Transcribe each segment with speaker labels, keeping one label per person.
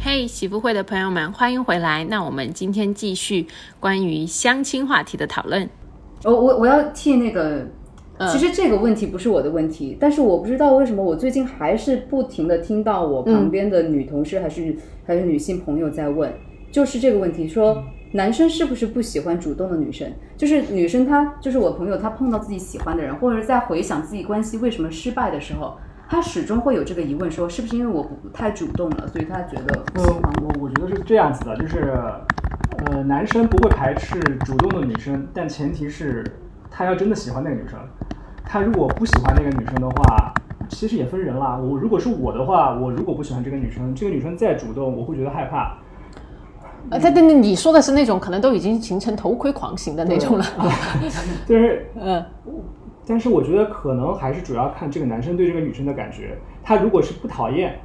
Speaker 1: 嘿、喜福会的朋友们，欢迎回来。那我们今天继续关于相亲话题的讨论。
Speaker 2: 我哦我我要替那个，其实这个问题不是我的问题，但是我不知道为什么我最近还是不停的听到我旁边的女同事还是、还是女性朋友在问，就是这个问题，说男生是不是不喜欢主动的女生？就是女生她就是我朋友，她碰到自己喜欢的人，或者是在回想自己关系为什么失败的时候。她始终会有这个疑问说，是不是因为我不太主动了，所以她觉得不喜
Speaker 3: 呃
Speaker 2: 欢我？，
Speaker 3: 我我觉得是这样子的，就是，呃，男生不会排斥主动的女生，但前提是他要真的喜欢那个女生。他如果不喜欢那个女生的话，其实也分人啦。我如果是我的话，我如果不喜欢这个女生，这个女生再主动，我会觉得害怕。
Speaker 4: 呃，但但但你说的是那种可能都已经形成头盔狂型的那种了，
Speaker 3: 就是
Speaker 4: 嗯，
Speaker 3: 但是我觉得可能还是主要看这个男生对这个女生的感觉。他如果是不讨厌，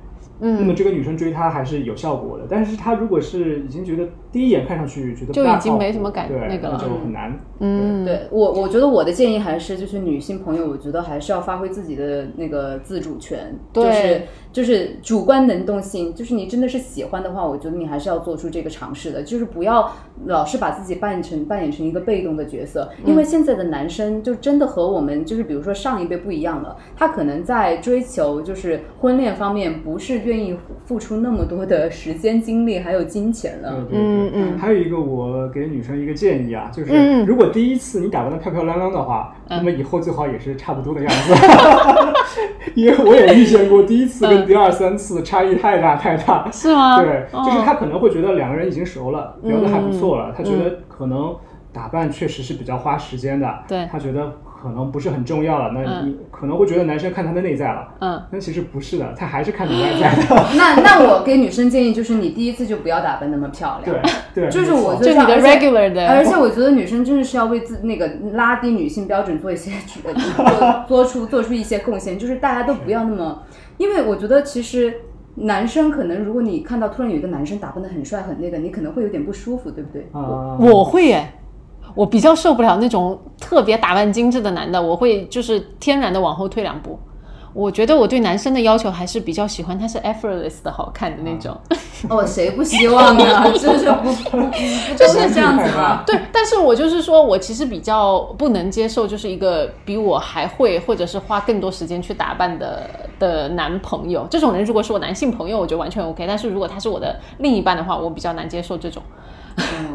Speaker 4: 嗯
Speaker 3: 那么这个女生追他还是有效果的。但是他如果是已经觉得第一眼看上去觉得不
Speaker 4: 就
Speaker 3: 大
Speaker 4: 已经
Speaker 3: 靠谱
Speaker 4: 没什么感
Speaker 3: 对
Speaker 4: 那个了
Speaker 3: 就很难。
Speaker 4: 嗯，
Speaker 2: 对我，我觉得我的建议还是，就是女性朋友，我觉得还是要发挥自己的那个自主权，就是
Speaker 4: 对
Speaker 2: 就是主观能动性，就是你真的是喜欢的话，我觉得你还是要做出这个尝试的，就是不要老是把自己扮成扮演成一个被动的角色，因
Speaker 4: 嗯
Speaker 2: 为现在的男生就真的和我们就是比如说上一辈不一样了，他可能在追求就是婚恋方面不是愿意付出那么多的时间、精力还有金钱
Speaker 4: 嗯
Speaker 2: 了，
Speaker 3: 对对对，还有一个我给女生一个建议啊，
Speaker 4: 嗯
Speaker 3: 就是如果第一次你打扮的漂漂亮亮的话，那么以后最好也是差不多的样子。 因为我也遇见过第一次
Speaker 4: 嗯
Speaker 3: 跟第二三次差异太大太大，
Speaker 4: 是吗？
Speaker 3: 对，就是他可能会觉得两个人已经熟了，聊得还不错
Speaker 4: 嗯
Speaker 3: 了，他觉得可能打扮确实是比较花时间的，
Speaker 4: 对
Speaker 3: 他觉得可能不是很重要了，那你可能会觉得男生看他的内在了，
Speaker 4: 嗯，
Speaker 3: 但其实不是的，他还是看你外在 的，
Speaker 2: 那那我给女生建议就是，你第一次就不要打扮那么漂亮。
Speaker 3: 对对，
Speaker 2: 就是
Speaker 3: 没错
Speaker 2: 我觉
Speaker 4: 就
Speaker 2: 得
Speaker 4: 你的
Speaker 2: 而且
Speaker 4: regular 的
Speaker 2: 而且我觉得女生真的是要为自那个拉低女性标准做一些呃做做出做出一些贡献，就是大家都不要那么，因为我觉得其实男生可能如果你看到突然有一个男生打扮的很帅很那个，你可能会有点不舒服，对不对？
Speaker 3: 啊，
Speaker 4: 我会耶，我比较受不了那种特别打扮精致的男的，我会就是天然的往后退两步。我觉得我对男生的要求还是比较喜欢他是 effortless 的好看的那种，
Speaker 2: 哦，谁不希望呢？ 就是不不不就是这样子啊吗？
Speaker 4: 对，但是我就是说我其实比较不能接受，就是一个比我还会或者是花更多时间去打扮的的男朋友。这种人如果是我男性朋友，我觉得完全 OK。但是如果他是我的另一半的话，我比较难接受这种。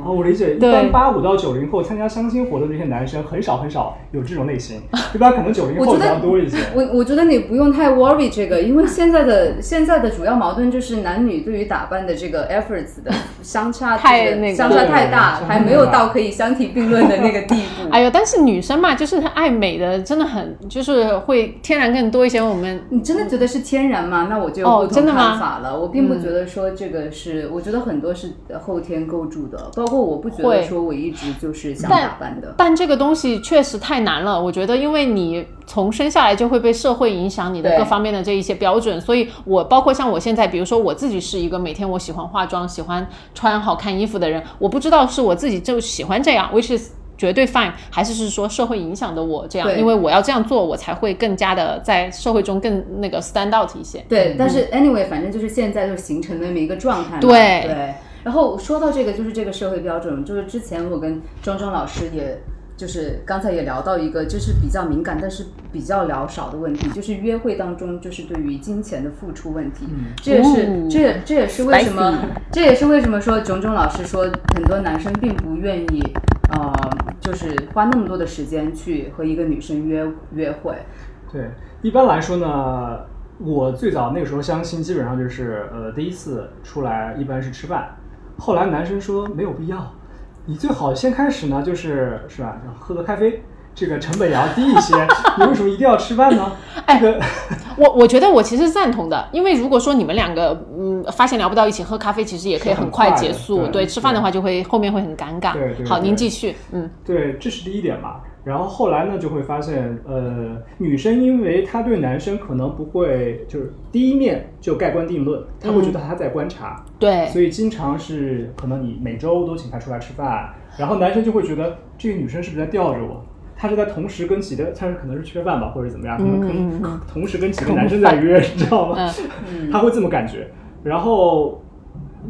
Speaker 3: 啊，我理解，一
Speaker 4: 对
Speaker 3: 般八五到九零后参加相亲活动的这些男生，很少很少有这种类 型，一般可能九零
Speaker 2: 我
Speaker 3: 后
Speaker 2: 觉
Speaker 3: 比
Speaker 2: 得
Speaker 3: 较多一些。
Speaker 2: 我我觉得你不用太 worry 这个，
Speaker 4: 嗯
Speaker 2: 因为现在的现在的主要矛盾就是男女对于打扮的这个 efforts 的相差
Speaker 4: 太
Speaker 2: 就是
Speaker 4: 那个
Speaker 2: 相差太大，
Speaker 3: 对
Speaker 2: 还没有到可以相提并论的那个地 步。
Speaker 4: 哎呦，但是女生嘛，就是她爱美的，真的很就是会天然更多一些。我们
Speaker 2: 你真的觉得是天然吗？那我就有
Speaker 4: 哦
Speaker 2: 不
Speaker 4: 真
Speaker 2: 同
Speaker 4: 的吗嗯
Speaker 2: 看法了。我并不觉得说这个是，我觉得很多是后天构筑的，包括我不觉
Speaker 4: 会
Speaker 2: 得说我一直就是想打扮的。
Speaker 4: 但这个东西确实太难了，我觉得，因为你从生下来就会被社会影响你的
Speaker 2: 对
Speaker 4: 各方面的这一些标准，所以我包括像我现在，比如说我自己是一个每天我喜欢化妆、喜欢穿好看衣服的人，我不知道是我自己就喜欢这样，which is 绝对 fine，还是是说社会影响的我这样，
Speaker 2: 对
Speaker 4: 因为我要这样做，我才会更加的在社会中更那个 stand out 一些。
Speaker 2: 对，但是 anyway，反正就是现在就形成了那么一个状态嘛。
Speaker 4: 嗯对
Speaker 2: 对。然后说到这个，就是这个社会标准，就是之前我跟庄庄老师也。就是刚才也聊到一个，就是比较敏感，但是比较聊少的问题，就是约会当中，就是对于金钱的付出问题，这也是、
Speaker 4: 哦
Speaker 2: 这也这也是为什么，这也是为什么说炯炯老师说很多男生并不愿意，呃，就是花那么多的时间去和一个女生约约会，
Speaker 3: 对，一般来说呢，我最早那个时候相亲，基本上就是呃第一次出来一般是吃饭，后来男生说没有必要，你最好先开始呢就是是吧，喝个咖啡，这个成本也要低一些，你为什么一定要吃饭呢？这个。
Speaker 4: 我我觉得我其实赞同的，因为如果说你们两个嗯发现聊不到一起，喝咖啡其实也可
Speaker 3: 是
Speaker 4: 以很
Speaker 3: 很
Speaker 4: 快
Speaker 3: 快的
Speaker 4: 结束。
Speaker 3: 对
Speaker 4: 对，吃饭的
Speaker 3: 对
Speaker 4: 话就会后面会很尴尬。
Speaker 3: 对对
Speaker 4: 好，
Speaker 3: 对
Speaker 4: 您继续。嗯，
Speaker 3: 对，这是第一点嘛。然后后来呢，就会发现，呃，女生因为她对男生可能不会，就是第一面就盖棺定论，她会觉得她在观察，
Speaker 4: 对，
Speaker 3: 所以经常是可能你每周都请她出来吃饭，然后男生就会觉得这个女生是不是在吊着我？她是在同时跟几个，她是可能是缺饭吧，或者怎么样，可能可能可同时跟几个男生在约，你知道吗？他会这么感觉。然后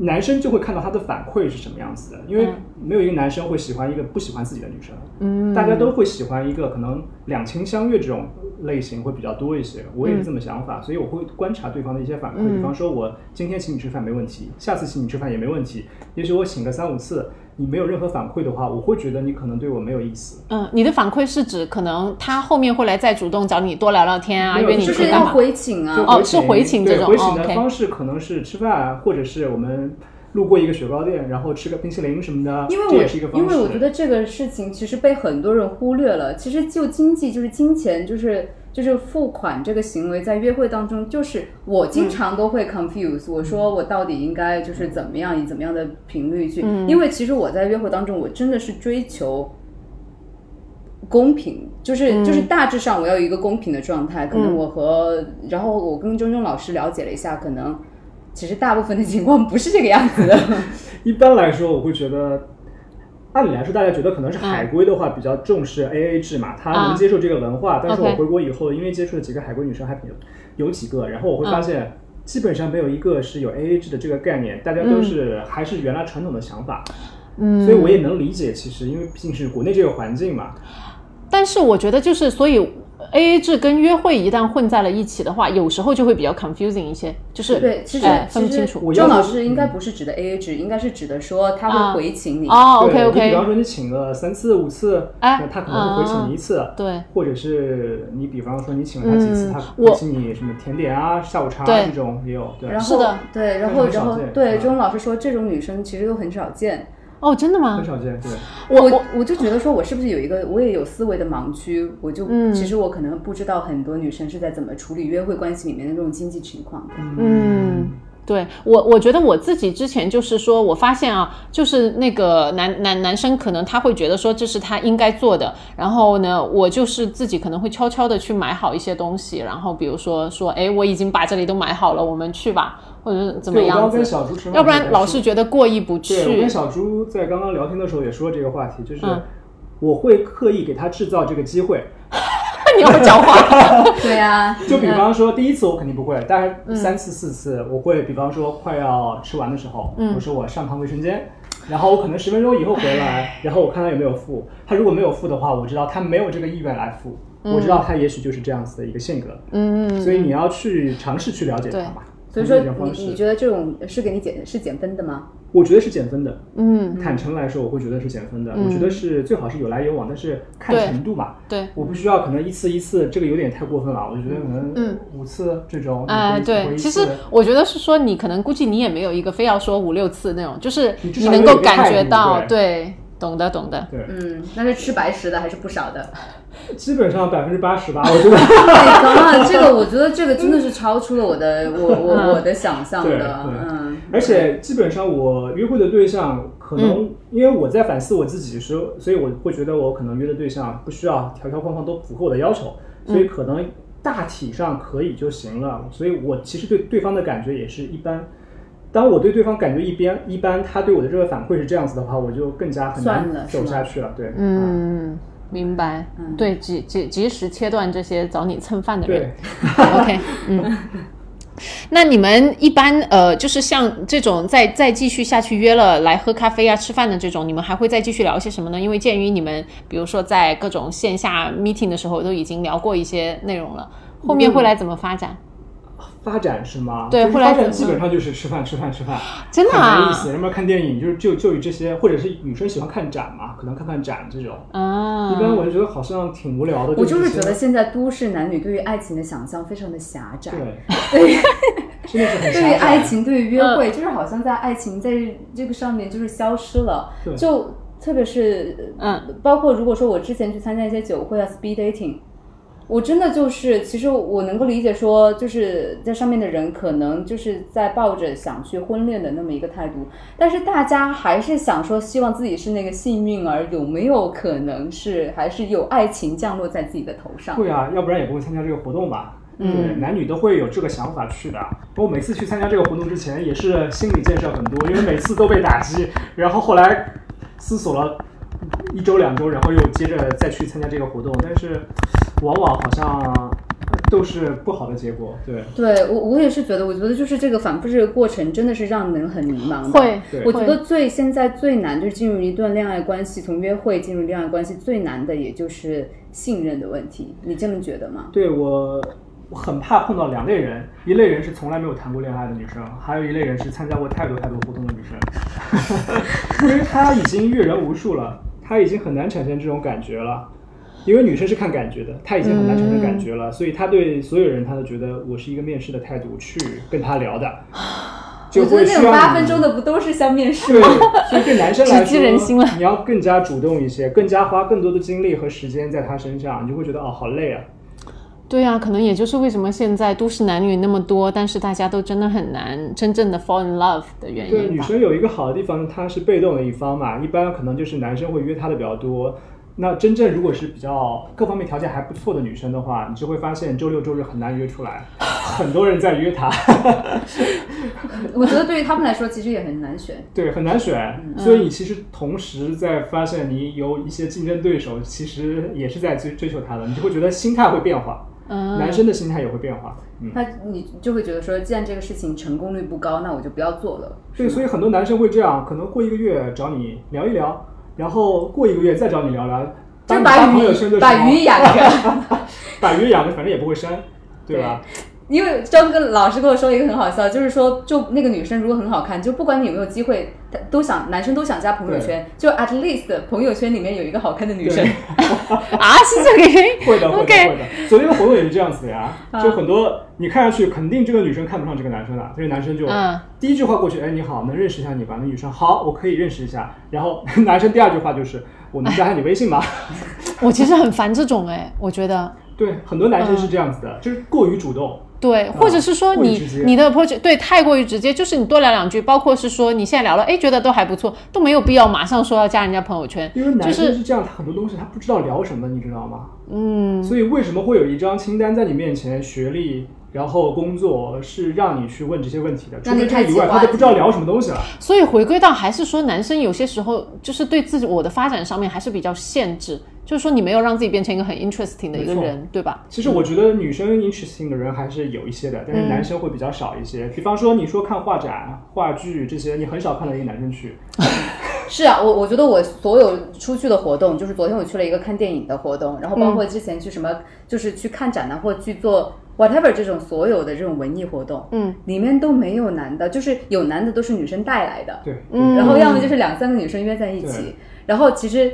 Speaker 3: 男生就会看到他的反馈是什么样子的，因为没有一个男生会喜欢一个不喜欢自己的女生，
Speaker 4: 嗯，
Speaker 3: 大家都会喜欢一个可能两情相悦这种类型会比较多一些。我
Speaker 4: 嗯
Speaker 3: 也是这么想法，所以我会观察对方的一些反馈，比方说我今天请你吃饭没问题，下次请你吃饭也没问题，也许我请个三五次，你没有任何反馈的话，我会觉得你可能对我没有意思。
Speaker 4: 嗯，你的反馈是指可能他后面会来再主动找你多聊聊天啊，
Speaker 3: 没有
Speaker 4: 约你
Speaker 2: 就是
Speaker 4: 去
Speaker 2: 要
Speaker 4: 干嘛？
Speaker 2: 回请啊
Speaker 3: 就。
Speaker 4: 哦是回请这
Speaker 3: 对
Speaker 4: 种
Speaker 3: 回请的
Speaker 4: 哦，OK
Speaker 3: 方式可能是吃饭，啊或者是我们路过一个雪糕店，然后吃个冰淇淋什么的，
Speaker 2: 因为
Speaker 3: 这
Speaker 2: 我
Speaker 3: 也是一个方式。
Speaker 2: 因为我觉得这个事情其实被很多人忽略了。其实就经济就是金钱就是就是付款这个行为，在约会当中，就是
Speaker 3: 嗯
Speaker 2: 我经常都会 confuse，、我说我到底应该就是怎么样，以怎么样的频率去？
Speaker 3: 嗯
Speaker 2: 因为其实我在约会当中，我真的是追求。公平，就是
Speaker 3: 嗯
Speaker 2: 就是大致上我要有一个公平的状态。可能我和然后我跟钟钟老师了解了一下，可能其实大部分的情况不是这个样子 的。
Speaker 3: 一般来说，我会觉得，按理来说，大家觉得可能是海归的话比较重视 AA 制嘛，他能接受这个文化。但是我
Speaker 4: 嗯啊 OK
Speaker 3: 回国以后，因为接触了几个海归女生还挺有几个，然后我会
Speaker 4: 嗯
Speaker 3: 发现。基本上没有一个是有 AA 制的这个概念，大家都是还是原来传统的想法，
Speaker 4: 嗯，
Speaker 3: 所以我也能理解。其实，因为毕竟是国内这个环境嘛，
Speaker 4: 但是我觉得就是，所以 A A 制跟约会一旦混在了一起的话，有时候就会比较 confusing 一些，就是
Speaker 2: 对，其实、
Speaker 4: 哎分
Speaker 2: 其
Speaker 4: 不清
Speaker 2: 实
Speaker 4: 楚。
Speaker 3: 我
Speaker 2: 郑
Speaker 3: 要
Speaker 2: 老
Speaker 3: 是嗯
Speaker 2: 师应该不是指的 AA 制，应该是指的说他会回请你。
Speaker 4: 哦
Speaker 3: 对
Speaker 4: ，OK
Speaker 3: 你比方
Speaker 4: OK，
Speaker 3: 说你请个三次五次，
Speaker 4: 哎
Speaker 3: 那他可能会回请你一次，
Speaker 4: 对
Speaker 3: 或者是你比方说你请了他几次，
Speaker 4: 嗯
Speaker 3: 他
Speaker 4: 我
Speaker 3: 会请你什么甜点啊、下午茶啊
Speaker 4: 对
Speaker 3: 这种也有，对。
Speaker 2: 然后
Speaker 4: 是的
Speaker 2: 对，然后
Speaker 3: 很少
Speaker 2: 然后
Speaker 3: 见
Speaker 2: 对，
Speaker 3: 嗯
Speaker 2: 钟老师说这种女生其实都很少见。
Speaker 4: 哦，真的吗
Speaker 3: 很？少见，对，
Speaker 4: 我
Speaker 2: 我
Speaker 4: 我
Speaker 2: 我就觉得说我是不是有一个我也有思维的盲区，我就、
Speaker 4: 嗯
Speaker 2: 其实我可能不知道很多女生是在怎么处理约会关系里面的这种经济情 况的。
Speaker 4: 嗯，对我，我觉得我自己之前就是说，我发现啊，就是那个男男男生可能他会觉得说这是他应该做的，然后呢，我就是自己可能会悄悄的去买好一些东西，然后比如说说，哎，我已经把这里都买好了，我们去吧，或者是怎么
Speaker 3: 对我刚
Speaker 4: 样
Speaker 3: 刚跟
Speaker 4: 子，
Speaker 3: 小朱吃饭，
Speaker 4: 要不然老
Speaker 3: 是
Speaker 4: 是觉得过意不
Speaker 3: 对我
Speaker 4: 去
Speaker 3: 跟。小朱在刚刚聊天的时候也说这个话题，就是
Speaker 4: 嗯
Speaker 3: 我会刻意给他制造这个机会，
Speaker 4: 你要不狡 猾，
Speaker 2: 对啊呀、
Speaker 3: 就
Speaker 4: 嗯
Speaker 3: 比方说第一次我肯定不会，但是三次四次我会，比方说快要吃完的时候，
Speaker 4: 嗯
Speaker 3: 我说我上趟卫生间，然后我可能十分钟以后回来，然后我看他有没有付，他如果没有付的话，我知道他没有这个意愿来付，我知道他也许就是这样子的一个性格，
Speaker 4: 嗯，
Speaker 3: 所以你要去尝试去了解他
Speaker 4: 对
Speaker 3: 嘛。
Speaker 2: 所以说
Speaker 3: 这种
Speaker 2: 你
Speaker 3: 方
Speaker 2: 你
Speaker 3: 式，
Speaker 2: 觉得这种是给你减是减分的吗？
Speaker 3: 我觉得是减分的。
Speaker 4: 嗯，
Speaker 3: 坦诚来说，我会觉得是减分的。我觉得是最好是有来有往，但是看
Speaker 4: 对
Speaker 3: 程度嘛。
Speaker 4: 对，
Speaker 3: 我不需要可能一次一次，这个有点太过分了。我觉得可
Speaker 4: 嗯
Speaker 3: 能五次这种，
Speaker 4: 哎，
Speaker 3: 你会
Speaker 4: 对，
Speaker 3: 会一
Speaker 4: 其
Speaker 3: 次
Speaker 4: 实我觉得是说你可能估计你也没有一个非要说五六次那种，就是
Speaker 3: 你至
Speaker 4: 你
Speaker 3: 少
Speaker 4: 能
Speaker 3: 要有
Speaker 4: 够
Speaker 3: 一个态
Speaker 4: 感觉
Speaker 3: 度
Speaker 4: 到，
Speaker 3: 对
Speaker 4: 对，懂的懂的。
Speaker 3: 对，
Speaker 2: 嗯，但是吃白食的还是不少的。
Speaker 3: 基本上百分之八十吧，我觉得。
Speaker 2: 啊，这个我觉得这个真的是超出了我的 我我我的想象
Speaker 3: 对
Speaker 2: 的，
Speaker 3: 对
Speaker 2: 嗯，
Speaker 3: 而且基本上我约会的对象，可能、
Speaker 2: 嗯
Speaker 3: 因为我在反思我自己时候，所以我会觉得我可能约的对象不需要条条框框都符合我的要求，所
Speaker 2: 嗯
Speaker 3: 以可能大体上可以就行了。所以我其实对对方的感觉也是一般。当我对对方感觉一边一般，他对我的这个反馈是这样子的话，我就更加很
Speaker 2: 算了
Speaker 3: 难
Speaker 2: 是
Speaker 3: 走
Speaker 2: 吗
Speaker 3: 下去了。对，啊，
Speaker 4: 嗯，明白。
Speaker 2: 嗯
Speaker 4: 对，及及及时切断这些找你蹭饭的人
Speaker 3: 对。。
Speaker 4: OK，嗯。 那你们一般呃，就是像这种再再继续下去约了来喝咖啡啊、吃饭的这种，你们还会再继续聊些什么呢？因为鉴于你们比如说在各种线下 meeting 的时候都已经聊过一些内容了，后面
Speaker 3: 嗯
Speaker 4: 会来怎么发展？
Speaker 3: 发展是吗？
Speaker 4: 对
Speaker 3: 就是
Speaker 4: 后来
Speaker 3: 发
Speaker 4: 怎么
Speaker 3: 展基本上就是吃饭、吃饭、吃饭，
Speaker 4: 真的啊
Speaker 3: 很没意思。要么看电影，就是就就以这些，或者是女生喜欢看展嘛，可能看看展这种。
Speaker 4: 啊，
Speaker 3: 一般我就觉得好像挺无聊的。
Speaker 2: 我就是
Speaker 3: 这
Speaker 2: 觉
Speaker 3: 些
Speaker 2: 得现在都市男女对于爱情的想象非常的狭窄，
Speaker 3: 对，
Speaker 2: 对，
Speaker 3: 真的是 很
Speaker 2: 对于
Speaker 3: 狭窄嗯
Speaker 2: 爱。情，对于约会，就是好像在爱情在这个上面就是消失了
Speaker 3: 对，
Speaker 2: 就特别是
Speaker 4: 嗯，
Speaker 2: 包括如果说我之前去参加一些酒会啊，speed dating。我真的就是，其实我能够理解说，就是在上面的人可能就是在抱着想去婚恋的那么一个态度，但是大家还是想说，希望自己是那个幸运儿，有没有可能是还是有爱情降落在自己的头上？
Speaker 3: 会啊，要不然也不会参加这个活动吧。对，
Speaker 2: 嗯
Speaker 3: 男女都会有这个想法去的。我每次去参加这个活动之前，也是心理建设很多，因为每次都被打击， 然后后来思索了一周两周，然后又接着再去参加这个活动，但是往往好像都是不好的结果。对，
Speaker 2: 对我我也是觉得，我觉得就是这个反复这个过程真的是让人很迷茫的。
Speaker 4: 会
Speaker 3: 对
Speaker 2: 我觉得最现在最难就是进入一段恋爱关系，从约会进入恋爱关系最难的也就是信任的问题，你这么觉得吗？
Speaker 3: 对我我很怕碰到两类人，一类人是从来没有谈过恋爱的女生，还有一类人是参加过太多太多活动的女生， 因为她已经阅人无数了，她已经很难产生这种感觉了。因为女生是看感觉的，她已经很难产生感觉了，所以她对所有人，她都觉得我是一个面试的态度去跟她聊的，就
Speaker 2: 我觉得
Speaker 3: 会
Speaker 2: 那
Speaker 3: 需
Speaker 2: 种
Speaker 3: 要
Speaker 2: 八
Speaker 3: 你
Speaker 2: 分钟的不都是像面试
Speaker 3: 对
Speaker 2: 吗？，
Speaker 3: 所以对男生来
Speaker 4: 直击
Speaker 3: 说，
Speaker 4: 人心了
Speaker 3: 你要更加主动一些，更加花更多的精力和时间在他身上，你就会觉得哦，好累啊。
Speaker 4: 对啊，可能也就是为什么现在都市男女那么多，但是大家都真的很难真正的 fall in love 的原
Speaker 3: 对，
Speaker 4: 因
Speaker 3: 女
Speaker 4: 吧。
Speaker 3: 生有一个好的地方，她是被动的一方嘛，一般可能就是男生会约她的比较多。那真正如果是比较各方面条件还不错的女生的话，你就会发现周六周日很难约出来，很多人在约她，
Speaker 2: 我觉得对于他们来说其实也很难选。
Speaker 3: 对，很难选。
Speaker 2: 嗯
Speaker 3: 所以你其实同时在发现你有一些竞争对手，其实也是在追追求她的，你就会觉得心态会变化，
Speaker 4: 嗯，
Speaker 3: 男生的心态也会变化。嗯。
Speaker 2: 那你就会觉得说，既然这个事情成功率不高，那我就不要做了。
Speaker 3: 对，所以很多男生会这样，可能过一个月找你聊一聊，然后过一个月再找你聊聊，
Speaker 2: 就
Speaker 3: 当
Speaker 2: 是
Speaker 3: 你
Speaker 2: 把
Speaker 3: 发朋友圈
Speaker 2: 鱼
Speaker 3: 的时候，
Speaker 2: 把鱼养着，
Speaker 3: 把鱼养着，反正也不会删，对吧？
Speaker 2: 因为张哥老师跟我说一个很好笑，就是说，就那个女生如果很好看，就不管你有没有机会，他都想男生都想加朋友圈，就 at least 朋友圈里面有一个好看的女生。
Speaker 4: 啊，是这个原因。
Speaker 3: 会的，会的，
Speaker 4: OK
Speaker 3: 会的。昨天的活动也是这样子的呀，就很多你看上去肯定这个女生看不上这个男生的，所以男生就
Speaker 4: 嗯
Speaker 3: 第一句话过去，哎，你好，能认识一下你吧？那女生好，我可以认识一下。然后 男生第二句话就是，我能加下你微信吗？
Speaker 4: 我其实很烦这种哎，我觉得。
Speaker 3: 对，很多男生是这样子的，就是过于主动。
Speaker 4: 对，或者是说
Speaker 3: 啊过于
Speaker 4: 你、
Speaker 3: 直接
Speaker 4: 你的 approach 对太过于直接，就是你多聊两句，包括是说你现在聊了，哎，觉得都还不错，都没有必要马上说要加人家朋友圈，
Speaker 3: 因为男
Speaker 4: 就是
Speaker 3: 生是这样，他很多东西他不知道聊什么，你知道吗？嗯。所以为什么会有一张清单在你面前，学历，然后工作，是让你去问这些问题的？除
Speaker 2: 让你
Speaker 3: 了这个以外，
Speaker 2: 开启话
Speaker 3: 他
Speaker 2: 题
Speaker 3: 都不知道聊什么东西了。
Speaker 4: 所以回归到还是说，男生有些时候就是对自己我的发展上面还是比较限制，就是说你没有让自己变成一个很 interesting 的一个
Speaker 3: 没错
Speaker 4: 人，对吧？
Speaker 3: 其实我觉得女生 interesting 的人还是有一些的，
Speaker 4: 嗯
Speaker 3: 但是男生会比较少一些。比方说，你说看画展、话剧这些，你很少看到一个男生去。
Speaker 2: 是啊，我我觉得我所有出去的活动，就是昨天我去了一个看电影的活动，然后包括之前去什么，就是去看展览啊或去做 whatever 这种所有的这种文艺活动，
Speaker 4: 嗯，
Speaker 2: 里面都没有男的，就是有男的都是女生带来的，
Speaker 3: 对，
Speaker 4: 嗯
Speaker 2: 然后要么就是两三个女生约在一起
Speaker 3: 对，
Speaker 2: 然后其实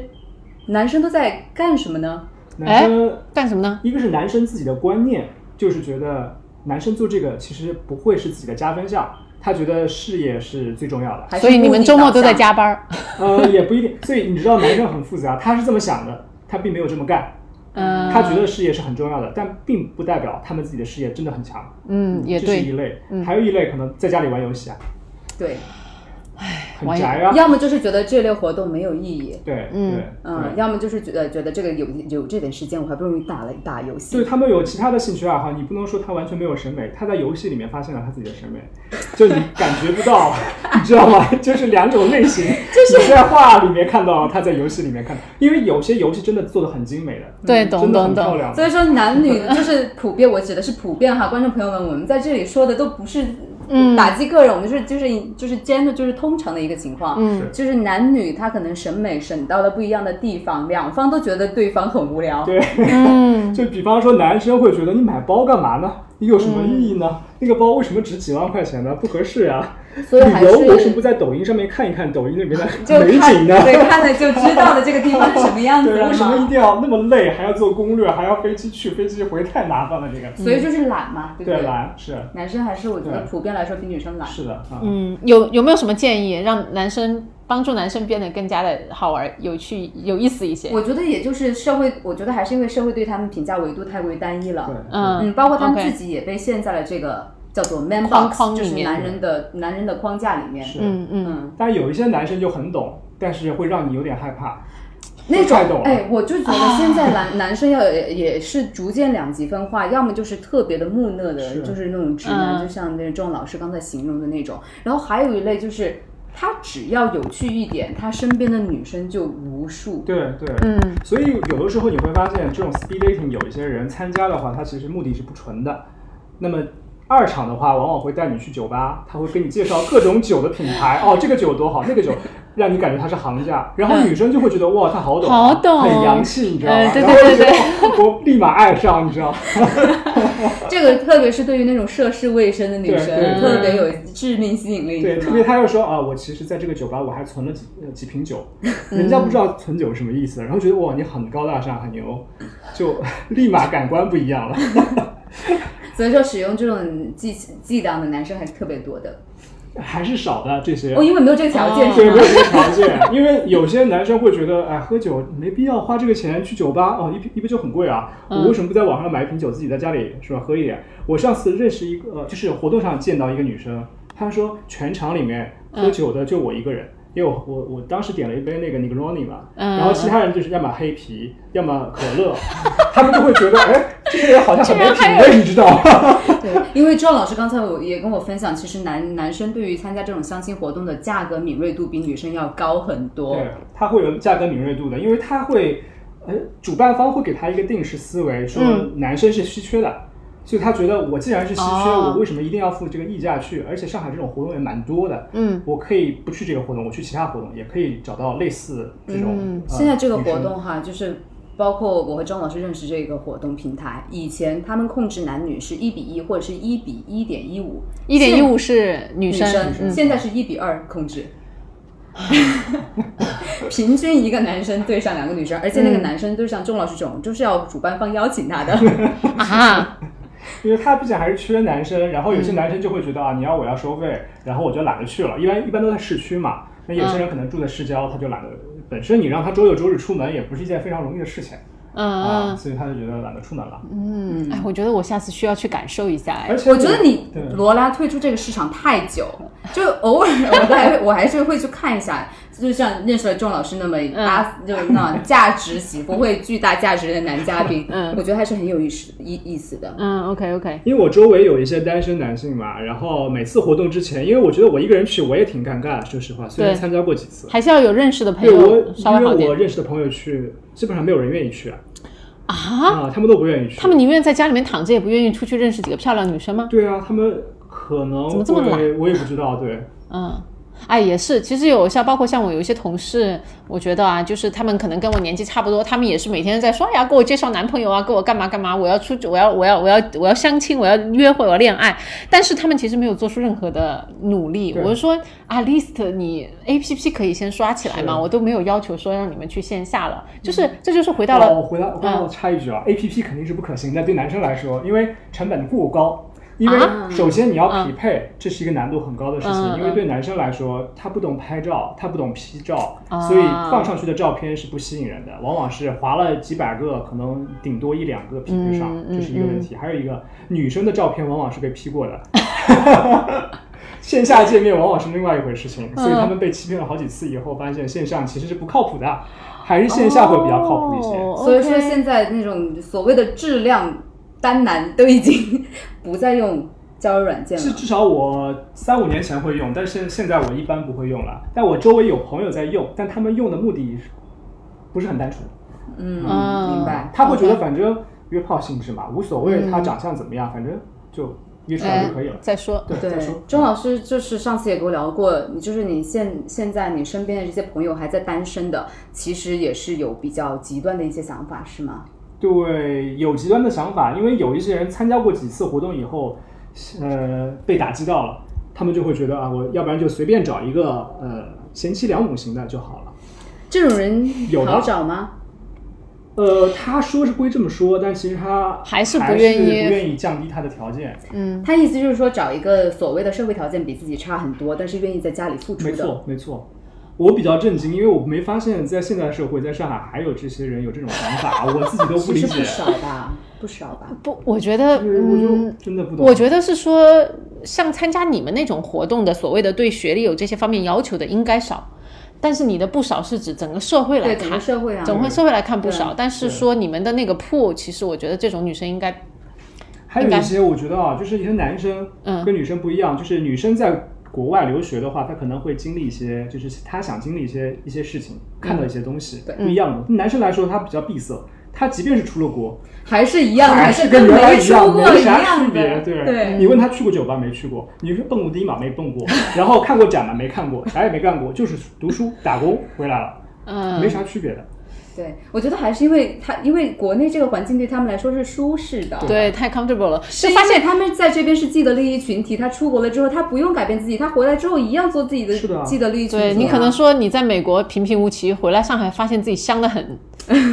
Speaker 2: 男生都在干什么呢？
Speaker 4: 哎
Speaker 3: 男生
Speaker 4: 干什么呢？
Speaker 3: 一个是男生自己的观念，就是觉得男生做这个其实不会是自己的加分项，他觉得事业是最重要的。
Speaker 2: 还是
Speaker 4: 所以你们周末都在
Speaker 2: 目的导向，
Speaker 4: 加班儿，
Speaker 3: 呃，也不一定。所以你知道，男生很复杂，他是这么想的，他并没有这么干。
Speaker 4: 嗯，
Speaker 3: 他觉得事业是很重要的，但并不代表他们自己的事业真的很强。
Speaker 4: 嗯也
Speaker 3: 这是
Speaker 4: 对
Speaker 3: 一，类。还有一类可能在家里玩游戏啊，
Speaker 2: 对，
Speaker 3: 很
Speaker 4: 玩
Speaker 3: 宅啊。
Speaker 2: 要么就是觉得这类活动没有意义，
Speaker 3: 对，
Speaker 4: 嗯
Speaker 3: 对，
Speaker 2: 嗯，要么就是觉得觉得这个有有这点时间，我还不如打了打游戏
Speaker 3: 对。对。他们有其他的兴趣爱好，你不能说他完全没有审美。他在游戏里面发现了他自己的审美，就你感觉不到，你知道吗？就是两种类型，就是你在画里面看到，他在游戏里面看到，因为有些游戏真的做的很精美的，
Speaker 4: 对，
Speaker 3: 真
Speaker 4: 懂
Speaker 3: 的很
Speaker 4: 懂
Speaker 3: 漂
Speaker 4: 懂，
Speaker 3: 亮的。
Speaker 2: 所以说，男女就是普遍，我指的是普遍哈，观众朋友们，我们在这里说的都不是
Speaker 4: 嗯
Speaker 2: 打击个人，我们是就是就是真的就是通常的一个情况，
Speaker 3: 嗯
Speaker 2: 就是男女他可能审美审到了不一样的地方，两方都觉得对方很无聊，
Speaker 3: 对，就比方说男生会觉得你买包干嘛呢？你有什么意义呢？那个包为什么值几万块钱呢？不合适呀、
Speaker 2: 所以还
Speaker 3: 旅游为什么
Speaker 2: 是
Speaker 3: 不在抖音上面看一看抖音里面的
Speaker 2: 就
Speaker 3: 美
Speaker 2: 看
Speaker 3: 景呢？
Speaker 2: 对看了就知道了这个地方是什么样子
Speaker 3: 对，啊
Speaker 2: 了
Speaker 3: 为什么一
Speaker 2: 嘛，
Speaker 3: 定要那么累，还要做攻略，还要飞机去，飞机回，太麻烦了。这个
Speaker 2: 所以就是懒嘛，对不
Speaker 3: 嗯对
Speaker 2: 对？
Speaker 3: 吧？是
Speaker 2: 男生还是我觉得
Speaker 3: 对
Speaker 2: 普遍来说比女生懒，
Speaker 3: 是的啊，
Speaker 4: 嗯，有有没有什么建议让男生帮助男生变得更加的好玩、有趣、有意思一些？
Speaker 2: 我觉得也就是社会，我觉得还是因为社会对他们评价维度太过于单一了，
Speaker 3: 对，
Speaker 4: 嗯
Speaker 2: 嗯，包括他们
Speaker 4: OK
Speaker 2: 自己也被陷在了这个叫做 man
Speaker 4: 框
Speaker 2: box，
Speaker 4: 框
Speaker 2: 就
Speaker 4: 里
Speaker 2: 是
Speaker 4: 面
Speaker 2: 男人的男人的框架里面。
Speaker 3: 是。
Speaker 4: 嗯嗯，
Speaker 2: 嗯，
Speaker 3: 但有一些男生就很懂，但是会让你有点害怕。
Speaker 2: 那
Speaker 3: 太
Speaker 2: 种
Speaker 3: 懂了
Speaker 2: 哎，我就觉
Speaker 4: 啊
Speaker 2: 得现在男男生要也也是逐渐两极分化，要么就是特别的木讷的，
Speaker 3: 是
Speaker 2: 就是那种直男，
Speaker 4: 嗯
Speaker 2: 就像那种老师刚才形容的那种，然后还有一类就是他只要有趣一点，他身边的女生就无数。
Speaker 3: 对对，
Speaker 4: 嗯，
Speaker 3: 所以有的时候你会发现，这种 speed dating 有一些人参加的话，他其实目的是不纯的。那么二场的话，往往会带你去酒吧，他会给你介绍各种酒的品 牌，哦，这个酒多好，那个酒让你感觉它是行家，然后女生就会觉得哇，他好懂，
Speaker 4: 嗯
Speaker 3: 啊
Speaker 4: 好懂
Speaker 3: 很洋气，你知道吗？
Speaker 4: 嗯 对
Speaker 3: 然后
Speaker 4: 对
Speaker 3: 就觉得
Speaker 4: 对
Speaker 3: 哦我立马爱上，你知道吗？
Speaker 2: 这个特别是对于那种涉世未深的女生，
Speaker 3: 对
Speaker 4: 对
Speaker 2: 特别有致命吸引力。
Speaker 3: 对，
Speaker 2: 是吗
Speaker 3: 特别他又说啊，我其实在这个酒吧我还存了几呃几瓶酒，
Speaker 4: 嗯
Speaker 3: 人家不知道存酒什么意思，然后觉得哇你很高大上很牛，就 立马感官不一样了。
Speaker 2: 所以说使用这种技技当的男生还是特别多的。
Speaker 3: 还是少的这些
Speaker 2: 哦，。因为没有这个条件
Speaker 4: 哦
Speaker 2: 是
Speaker 3: 对，
Speaker 2: 吗
Speaker 3: 没有这个条件，因为有些男生会觉得，哎，喝酒没必要花这个钱去酒吧哦，一瓶一杯酒很贵啊，我
Speaker 2: 嗯
Speaker 3: 为什么不在网上买一瓶酒，自己在家里是吧喝一点？我上次认识一个，呃就是活动上见到一个女生，她说全场里面
Speaker 2: 嗯
Speaker 3: 喝酒的就我一个人，因为我我我当时点了一杯那个 Negroni 嘛，
Speaker 4: 嗯
Speaker 3: 然后其他人就是要么黑啤，要么可乐， 他们就会觉得，哎，这个人好像很没品味，你知道吗？
Speaker 2: 对，因为赵老师刚才我也跟我分享，其实男男生对于参加这种相亲活动的价格敏锐度比女生要高很多。
Speaker 3: 对，它会有价格敏锐度的，因为它会，呃，主办方会给他一个定式思维，说
Speaker 4: 嗯
Speaker 3: 男生是稀缺的，所以他觉得我既然是稀缺，
Speaker 4: 哦
Speaker 3: 我为什么一定要付这个溢价去？而且上海这种活动也蛮多的，
Speaker 4: 嗯，
Speaker 3: 我可以不去这个活动，我去其他活动也可以找到类似这种。
Speaker 4: 嗯
Speaker 3: 呃
Speaker 2: 现在这个
Speaker 3: 女
Speaker 2: 活
Speaker 3: 生
Speaker 2: 动哈，就是包括我和张老师认识这个活动平台，以前他们控制男女是一比一或者是一比一点一五，
Speaker 4: 一点一五是女
Speaker 2: 女
Speaker 4: 生，
Speaker 2: 生，
Speaker 4: 嗯
Speaker 2: 现在是一比二控制。 平均一个男生对上两个女生，而且那个
Speaker 4: 嗯
Speaker 2: 男生对上钟老师这种，就是要主办方邀请他的。
Speaker 4: 啊，
Speaker 3: 因为他毕竟还是缺男生，然后
Speaker 2: 嗯
Speaker 3: 有些男生就会觉得啊，你要我要收费，然后我就懒得去了。一般一般都在市区嘛，那有
Speaker 2: 嗯
Speaker 3: 些人可能住在市郊，他就懒得。本身你让他周六周日出门也不是一件非常容易的事情啊，
Speaker 4: 嗯
Speaker 3: 所以他就觉得懒得出门了。
Speaker 4: 嗯，哎，我觉得我下次需要去感受一下，哎
Speaker 3: 而，且
Speaker 2: 我觉得你
Speaker 3: 对
Speaker 2: 罗拉退出这个市场太久，就偶尔我还会我还是会去看一下，就像认识了钟老师那么八、就那种价值喜不会巨大价值的男嘉宾，
Speaker 4: 嗯
Speaker 2: 我觉得还是很有意思意意思的。
Speaker 4: 嗯，OK OK，
Speaker 3: 因为我周围有一些单身男性嘛，然后每次活动之前，因为我觉得我一个人去我也挺尴尬，说实话，虽然
Speaker 4: 对
Speaker 3: 参加过几次，
Speaker 4: 还是要有认识的朋
Speaker 3: 对我
Speaker 4: 友哎稍微好
Speaker 3: 因为我
Speaker 4: 点
Speaker 3: 认识的朋友去，基本上没有人愿意去啊，
Speaker 4: 啊。
Speaker 3: 啊，他们都不愿意去，
Speaker 4: 他们宁愿在家里面躺着，也不愿意出去认识几个漂亮女生吗？
Speaker 3: 对啊，他们可能
Speaker 4: 怎么这么
Speaker 3: 会
Speaker 4: 懒
Speaker 3: 我也不知道，对，
Speaker 4: 嗯，哎，也是，其实有像包括像我有一些同事，我觉得啊，就是他们可能跟我年纪差不多，他们也是每天在说，哎呀，给我介绍男朋友啊，给我干嘛干嘛，我要出去，我要我要我要我要相亲，我要约会，我要恋爱，但是他们其实没有做出任何的努力。
Speaker 3: 对
Speaker 4: 我是说啊，list 你 A P P 可以先刷起来嘛，
Speaker 3: 是
Speaker 4: 我都没有要求说让你们去线下了，就是、这就是回到
Speaker 3: 哦，我
Speaker 4: 了嗯
Speaker 3: 回答，我刚刚插一句啊、a P P 肯定是不可行的，对男生来说，因为成本过高。因为
Speaker 4: 啊
Speaker 3: 首先你要匹配，这是一个难度很高的事情。
Speaker 4: 嗯嗯
Speaker 3: 因为对男生来说，他不懂拍照，他不懂 P 照，
Speaker 4: 啊
Speaker 3: 所以放上去的照片是不吸引人的，往往是划了几百个，可能顶多一两个匹配上，
Speaker 4: 嗯嗯
Speaker 3: 这是一个问题。还有一个，女生的照片往往是被 P 过的， 线下见面往往是另外一回事情，
Speaker 4: 嗯
Speaker 3: 所以他们被欺骗了好几次以后，发现线上其实是不靠谱的，还是线下会比较靠谱一些。
Speaker 4: 哦
Speaker 2: 所以说
Speaker 4: OK
Speaker 2: 现在那种所谓的质量单男都已经 不再用交友软件
Speaker 3: 是
Speaker 2: 了。
Speaker 3: 至少我三五年前会用，但是现在我一般不会用了。但我周围有朋友在用，但他们用的目的不是很单纯，
Speaker 2: 嗯，
Speaker 4: 嗯
Speaker 2: 明白。嗯
Speaker 3: 他会觉得
Speaker 4: OK
Speaker 3: 反正约炮性质嘛，无所谓他长相怎么样，反正就约出来就可以了。
Speaker 4: 哎再说，
Speaker 3: 对，
Speaker 2: 哎对
Speaker 3: 再说，
Speaker 2: 钟老师就是上次也跟我聊过，你就是你现现在你身边的这些朋友还在单身的，其实也是有比较极端的一些想法，是吗？
Speaker 3: 对有极端的想法，因为有一些人参加过几次活动以后，呃，被打击到了，他们就会觉得啊，我要不然就随便找一个呃贤妻良母型的就好了。
Speaker 2: 这种人
Speaker 3: 有的
Speaker 2: 好找吗？
Speaker 3: 呃，他说是归这么说，但其实他
Speaker 4: 还
Speaker 3: 是
Speaker 4: 是
Speaker 3: 不
Speaker 4: 不愿意
Speaker 3: 愿意降低他的条件。
Speaker 4: 嗯
Speaker 2: 他意思就是说找一个所谓的社会条件比自己差很多，但是愿意在家里付出
Speaker 3: 没
Speaker 2: 的。
Speaker 3: 错，没错。我比较震惊，因为我没发现，在现代社会，在上海还有这些人有这种想法，我自己都不
Speaker 2: 其
Speaker 3: 理
Speaker 2: 实
Speaker 3: 解
Speaker 2: 不。少吧，不少 吧。
Speaker 4: 不，我觉得，
Speaker 3: 因为我就
Speaker 4: 嗯，
Speaker 3: 真的不懂。
Speaker 4: 我觉得是说，像参加你们那种活动的所谓的对学历有这些方面要求的应该少，但是你的不少是指整个社会来
Speaker 2: 对整
Speaker 4: 看
Speaker 2: 个，社会啊，
Speaker 4: 整个社会来看不少
Speaker 2: 对，
Speaker 4: 但是说你们的那个 pool，其实我觉得这种女生应该
Speaker 3: 还有一些，我觉得啊，就是一些男生
Speaker 4: 嗯
Speaker 3: 跟女生不一样，就是女生在国外留学的话，他可能会经历一些，就是他想经历一些一些事情，看
Speaker 4: 嗯
Speaker 3: 到一些东西，
Speaker 2: 对
Speaker 3: 不一样的东西。男生来说，他比较闭塞，他即便是出了国，
Speaker 2: 还是一样，
Speaker 3: 还
Speaker 2: 是
Speaker 3: 跟原来
Speaker 2: 没
Speaker 3: 一
Speaker 2: 出
Speaker 3: 样，
Speaker 2: 过
Speaker 3: 没
Speaker 2: 一
Speaker 3: 啥
Speaker 2: 样
Speaker 3: 区别。
Speaker 2: 的，
Speaker 3: 对，
Speaker 2: 对，
Speaker 3: 你问他去过酒吧没去过，你说蹦过迪嘛没 蹦过，然后看过展嘛没看过，啥也没干过，就是读书打工回来了，
Speaker 4: 嗯，
Speaker 3: 没啥区 别的。
Speaker 2: 对，我觉得还是因为他，因为国内这个环境对他们来说是舒适的，
Speaker 4: 对，太 comfortable 了。
Speaker 2: 是
Speaker 4: 就
Speaker 2: 因
Speaker 4: 发
Speaker 2: 为
Speaker 4: 现
Speaker 2: 他们在这边是既得利益群体，他出国了之后，他不用改变自己，他回来之后一样做自己的
Speaker 3: 是的啊
Speaker 2: 既得利益群体啊。
Speaker 4: 对你可能说你在美国平平无奇，回来上海发现自己香的 很，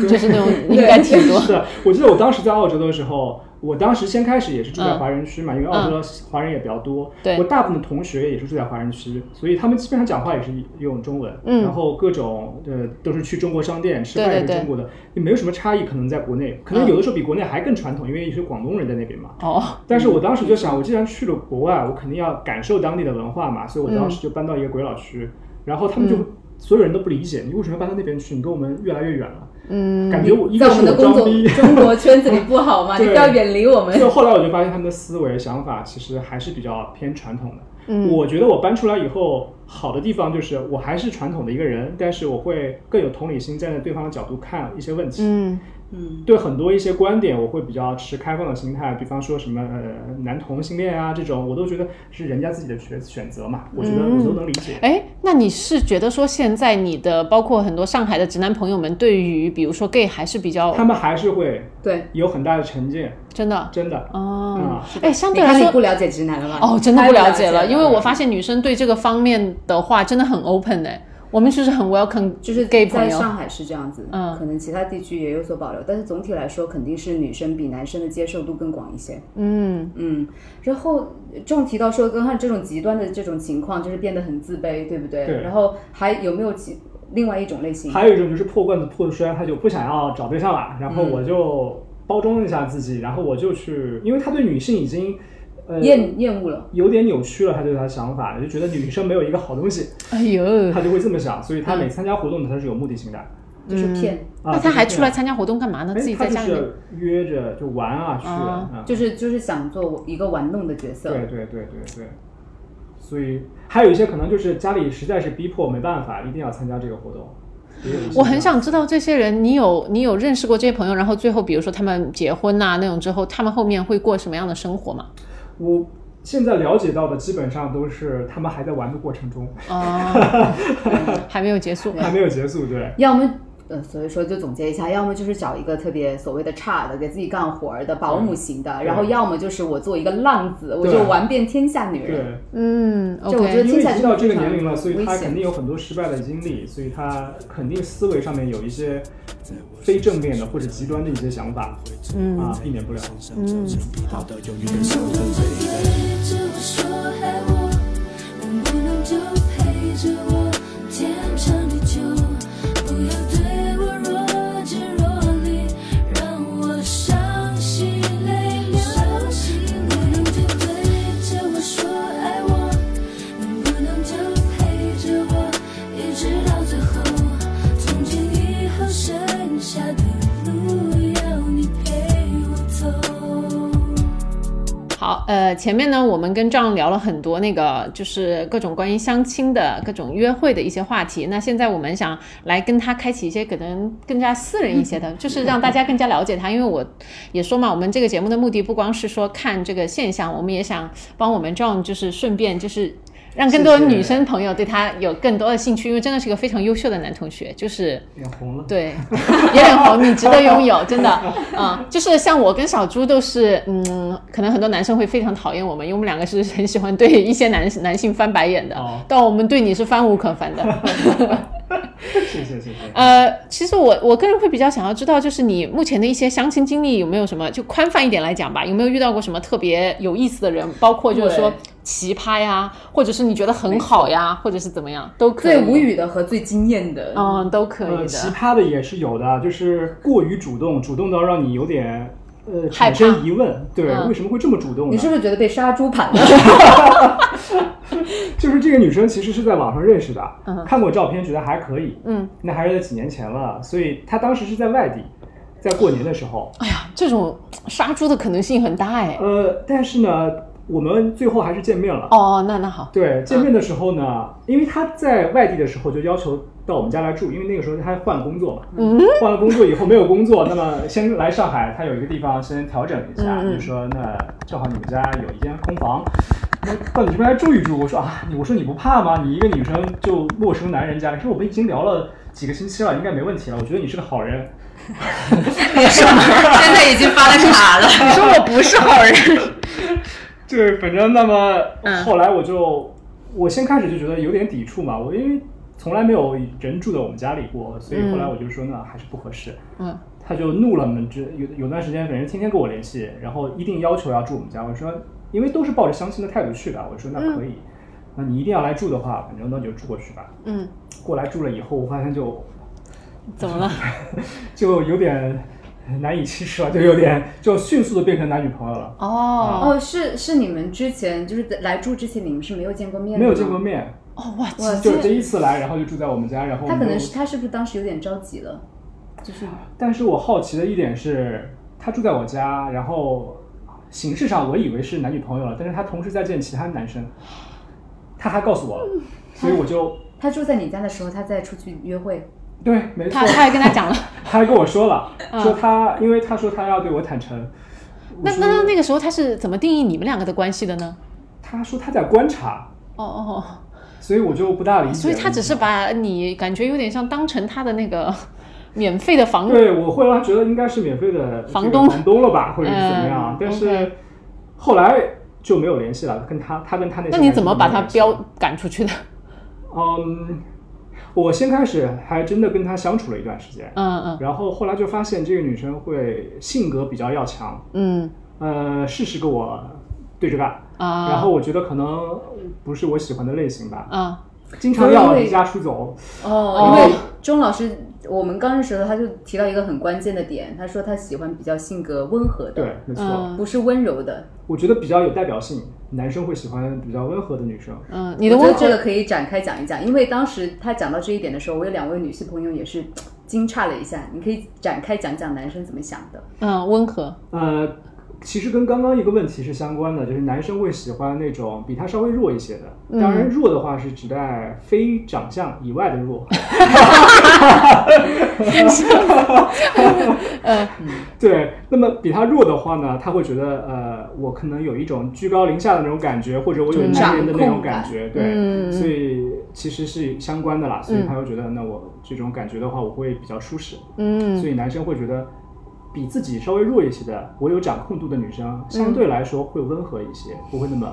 Speaker 4: 就是那种应该挺多。
Speaker 3: 是我记得我当时在澳洲的时候，我当时先开始也是住在华人区嘛，因为澳洲的华人也比较多。
Speaker 4: 嗯对
Speaker 3: 我大部分同学也是住在华人区，所以他们基本上讲话也是用中文，
Speaker 4: 嗯
Speaker 3: 然后各种呃都是去中国商店吃饭
Speaker 4: 对
Speaker 3: 也
Speaker 4: 对
Speaker 3: 是
Speaker 4: 对嗯
Speaker 3: 中国的，也没有什么差异。可能在国内，可能有的时候比国内还更传统，因为有些广东人在那边嘛。
Speaker 4: 哦，
Speaker 3: 但是我当时就想，我既然去了国外，我肯定要感受当地的文化嘛，所
Speaker 2: 嗯
Speaker 3: 以我当时就搬到一个鬼佬区，然后他们就、所有人都不理解，你为什么要搬到那边去？你跟我们越来越远了。嗯，感觉我一
Speaker 2: 在
Speaker 3: 个
Speaker 2: 我
Speaker 3: 是
Speaker 2: 们的工
Speaker 3: 装
Speaker 2: 作
Speaker 3: 逼，
Speaker 2: 中国圈子里不好嘛，你不
Speaker 3: 对
Speaker 2: 要远离我们。
Speaker 3: 就后来我就发现他们的思维想法其实还是比较偏传统的。嗯，我觉得我搬出来以后，好的地方就是我还是传统的一个人，但是我会更有同理心，站在对方的角度看一些问题。
Speaker 4: 嗯
Speaker 2: 嗯，
Speaker 3: 对很多一些观点，我会比较持开放的心态，比方说什么呃男同性恋啊这种，我都觉得是人家自己的选选择嘛，我觉得我都能理解。
Speaker 4: 哎，那你是觉得说现在你的包括很多上海的直男朋友们，对于比如说 gay 还是比较
Speaker 3: 他们还是会
Speaker 2: 对，
Speaker 3: 有很大的成见，
Speaker 4: 真的
Speaker 3: 真的。
Speaker 4: 哦
Speaker 3: 嗯，
Speaker 4: 哎，相
Speaker 2: 你
Speaker 4: 对来
Speaker 2: 看你不
Speaker 4: 说。
Speaker 2: 了解直男了吧？
Speaker 4: 哦，真的
Speaker 2: 太
Speaker 4: 不
Speaker 2: 不
Speaker 4: 了
Speaker 2: 解
Speaker 4: 解了，因为我发现女生对这个方面的话真的很 open 哎、我们就是很 welcome，
Speaker 2: 就是
Speaker 4: gay 朋
Speaker 2: 在
Speaker 4: 友，
Speaker 2: 上海是这样子，
Speaker 4: 嗯
Speaker 2: 可能其他地区也有所保留，但是总体来说，肯定是女生比男生的接受度更广一些。
Speaker 4: 嗯，
Speaker 2: 嗯，然后这种提到说，刚刚这种极端的这种情况，就是变得很自卑，对不对？
Speaker 3: 对
Speaker 2: 然后还有没有其另外一种类型？
Speaker 3: 还有一种就是破罐子破摔，他就不想要找对象了，然后
Speaker 4: 嗯
Speaker 3: 我就包装一下自己，然后我就去，因为他对女性已经呃
Speaker 2: 厌厌恶了，
Speaker 3: 有点扭曲了，他对他的想法，就觉得女生没有一个好东西，
Speaker 4: 哎呦，
Speaker 3: 他就会这么想，所以他每参加活动他是有目的性的。
Speaker 2: 就是骗，
Speaker 3: 啊
Speaker 4: 嗯那他还
Speaker 3: 就是
Speaker 4: 出来参加活动干嘛呢？
Speaker 3: 哎
Speaker 4: 自己
Speaker 3: 他
Speaker 4: 在
Speaker 3: 就
Speaker 4: 家里面，
Speaker 3: 是约着就玩啊去
Speaker 4: 啊
Speaker 3: 嗯
Speaker 2: 就是就是想做一个玩弄的角色。
Speaker 3: 对对对对对，所以还有一些可能就是家里实在是逼迫没办法，一定要参加这个活动。也有一些
Speaker 4: 我很想知道这些人，你有你有认识过这些朋友，然后最后比如说他们结婚呐、那种之后，他们后面会过什么样的生活吗？
Speaker 3: 我现在了解到的基本上都是他们还在玩的过程中，
Speaker 4: 哦， 还没有结束。
Speaker 3: 还没有结束。对，
Speaker 2: 要么呃，所以说就总结一下，要么就是找一个特别所谓的差的，给自己干活儿的保姆型的，然后要么就是我做一个浪子，我就
Speaker 3: 对
Speaker 2: 玩遍天下女人。
Speaker 3: 对，
Speaker 4: 嗯
Speaker 2: 这我觉
Speaker 4: ，OK，
Speaker 2: 得
Speaker 3: 因为
Speaker 2: 听
Speaker 3: 已
Speaker 2: 起来
Speaker 3: 经
Speaker 2: 就
Speaker 3: 到
Speaker 2: 是
Speaker 3: 这个
Speaker 2: 非常
Speaker 3: 年龄了，所以
Speaker 2: 危
Speaker 3: 他
Speaker 2: 险
Speaker 3: 肯定有很多失败的经历，所以他肯定思维上面有一些非正面的或者极端的一些想法，嗯啊，避免不了。
Speaker 5: 陪着我说爱我，能不能就陪着我，天长地久，不要对我若即若离，让我伤心泪流。能不能就对着我说爱我，能不能就陪着我，一直到最后，从今以后剩下的路要你陪我走。
Speaker 4: 好，呃，前面呢，我们跟丈聊了很多那个，就是各种关于相亲的各种约会的一些话题。那现在我们想来跟他开启一些可能更加私人一些的，就是让大家更加了解他。因为我也说嘛，我们这个节目的目的不光是说看这个现象，我们也想帮我们丈，就是顺便就是。让更多
Speaker 3: 谢谢
Speaker 4: 女生朋友对他有更多的兴趣，因为真的是个非常优秀的男同学，就是
Speaker 3: 脸红了，
Speaker 4: 对，也很红，你值得拥有，真的， 嗯，就是像我跟小猪都是，嗯，可能很多男生会非常讨厌我们，因为我们两个是很喜欢对一些男男性翻白眼的，
Speaker 3: 哦
Speaker 4: 但我们对你是翻无可 翻的。
Speaker 3: 谢谢谢谢。
Speaker 4: 呃，其实我我个人会比较想要知道，就是你目前的一些相亲经历有没有什么，就宽泛一点来讲吧，有没有遇到过什么特别有意思的人，包括就是说
Speaker 2: 对
Speaker 4: 奇葩呀，或者是你觉得很好呀，或者是怎么样，都可以。
Speaker 2: 最无，语的和最惊艳的，
Speaker 1: 哦
Speaker 4: 嗯，都可以
Speaker 3: 呃，
Speaker 4: 的。
Speaker 3: 奇葩的也是有的，就是过于主动，主动到让你有点呃
Speaker 4: 害怕
Speaker 3: 产生疑问，对，
Speaker 4: 嗯
Speaker 3: 为什么会这么主动呢？
Speaker 2: 你是不是觉得被杀猪盘了？
Speaker 3: 就是这个女生其实是在网上认识的，
Speaker 4: 嗯
Speaker 3: 看过照片觉得还可以，
Speaker 4: 嗯，
Speaker 3: 那还是在几年前了，所以她当时是在外地，在过年的时候，
Speaker 4: 这种杀猪的可能性很大哎。
Speaker 3: 呃，但是呢，我们最后还是见面了。
Speaker 4: 哦，那那好，
Speaker 3: 对，见面的时候呢，因为他在外地的时候就要求到我们家来住，因为那个时候他换工作嘛，
Speaker 4: 嗯，
Speaker 3: 换了工作以后没有工作，那么先来上海，他有一个地方先调整一下，
Speaker 4: 嗯嗯
Speaker 3: 就说那正好你们家有一间空房，那到你这边来住一住。我说啊，你我说你不怕吗？你一个女生就陌生男人家里，说我们已经聊了几个星期了，应该没问题了。我觉得你是个好人。
Speaker 1: 现在已经发了卡了。
Speaker 4: 你说我不是好人，
Speaker 3: 对，反正那么
Speaker 1: 嗯
Speaker 3: 后来我就，我先开始就觉得有点抵触嘛，我因为从来没有人住在我们家里过，所以后来我就说那还是不合适。
Speaker 4: 嗯，
Speaker 3: 他就怒了嘛，这有有段时间反正天天跟我联系，然后一定要求要住我们家。我说因为都是抱着相亲的态度去的，我说那可以，那你一定要来住的话，反正那你就住过去吧。
Speaker 4: 嗯，
Speaker 3: 过来住了以后，我发现就
Speaker 4: 怎么了？
Speaker 3: 就有点难以启齿了，就有点就迅速的变成男女朋友了。
Speaker 4: 哦
Speaker 2: 哦，是是你们之前就是来住之前，你们是没有见过面的，
Speaker 3: 没有见过。面，
Speaker 4: 哦，哇，
Speaker 2: 哇
Speaker 3: 就这一次来，然后就住在我们家，然后
Speaker 2: 他
Speaker 3: 我
Speaker 2: 可
Speaker 3: 们
Speaker 2: 能
Speaker 3: 就是
Speaker 2: 他是不是当时有点着急了？就是
Speaker 3: 但是我好奇的一点是，他住在我家，然后形式上我以为是男女朋友了，但是他同时在见其他男生，他还告诉我了，
Speaker 4: 嗯
Speaker 3: 所以我就
Speaker 2: 他住在你家的时候，他在出去约会。
Speaker 3: 对，没错
Speaker 4: 他，他还跟他讲了，
Speaker 3: 他还跟我说了，说他因为他说他要对我坦诚，
Speaker 4: 那那那那个时候他是怎么定义你们两个的关系的呢？
Speaker 3: 他说他在观察，
Speaker 4: 哦哦
Speaker 3: 所以我就不大理
Speaker 4: 哦，
Speaker 3: 解，
Speaker 4: 所以他只是。把你感觉有点像当成他的那个 免费的房
Speaker 3: 对，我会啊让他觉得应该是免费的这个
Speaker 4: 哦房东
Speaker 3: 房东了 吧，或者是怎么样
Speaker 4: 嗯？
Speaker 3: 但是
Speaker 4: OK
Speaker 3: 后来就没有联系了，跟他，他跟他那些男
Speaker 4: 那
Speaker 3: 生
Speaker 4: 你怎么把
Speaker 3: 都没
Speaker 4: 他
Speaker 3: 有联系
Speaker 4: 标赶出去的？
Speaker 3: 嗯，我先开始还真的跟她相处了一段时间，
Speaker 4: 嗯
Speaker 3: 然后后来就发现这个女生会性格比较要强，
Speaker 4: 嗯
Speaker 3: 呃，事事跟我对着干，
Speaker 4: 嗯啊，
Speaker 3: 然后我觉得可能不是我喜欢的类型吧，
Speaker 4: 啊
Speaker 3: 经常要离家出走，
Speaker 2: 哦，因为钟老师，我们刚认识的时候，他就提到一个很关键的点，他说他喜欢比较性格温和的，
Speaker 3: 对，没错，
Speaker 4: 嗯
Speaker 2: 不是温柔的。
Speaker 3: 我觉得比较有代表性，男生会喜欢比较温和的女生，
Speaker 4: 嗯，你的
Speaker 2: 我觉
Speaker 4: 温
Speaker 2: 得这个可以展开讲一讲，因为当时他讲到这一点的时候，我有两位女性朋友也是嗯惊诧了一下。你可以展开讲讲男生怎么想的。
Speaker 4: 嗯温和
Speaker 3: 呃，其实跟刚刚一个问题是相关的，就是男生会喜欢那种比他稍微弱一些
Speaker 4: 嗯
Speaker 3: 的。当然，弱的话是指代非长相以外的 弱。
Speaker 4: 嗯
Speaker 3: 对，那么比他弱的话呢，他会觉得呃，我可能有一种居高临下的那种感觉，或者我有男人的那种感觉，对，
Speaker 4: 嗯
Speaker 3: 所以其实是相关的啦。所以
Speaker 4: 嗯
Speaker 3: 他会觉得，那我这种感觉的话，我会比较舒适。
Speaker 4: 嗯
Speaker 3: 所以男生会觉得比自己稍微弱一些的，我有掌控度的女生，相
Speaker 4: 嗯
Speaker 3: 对来说会温和一些，不会那么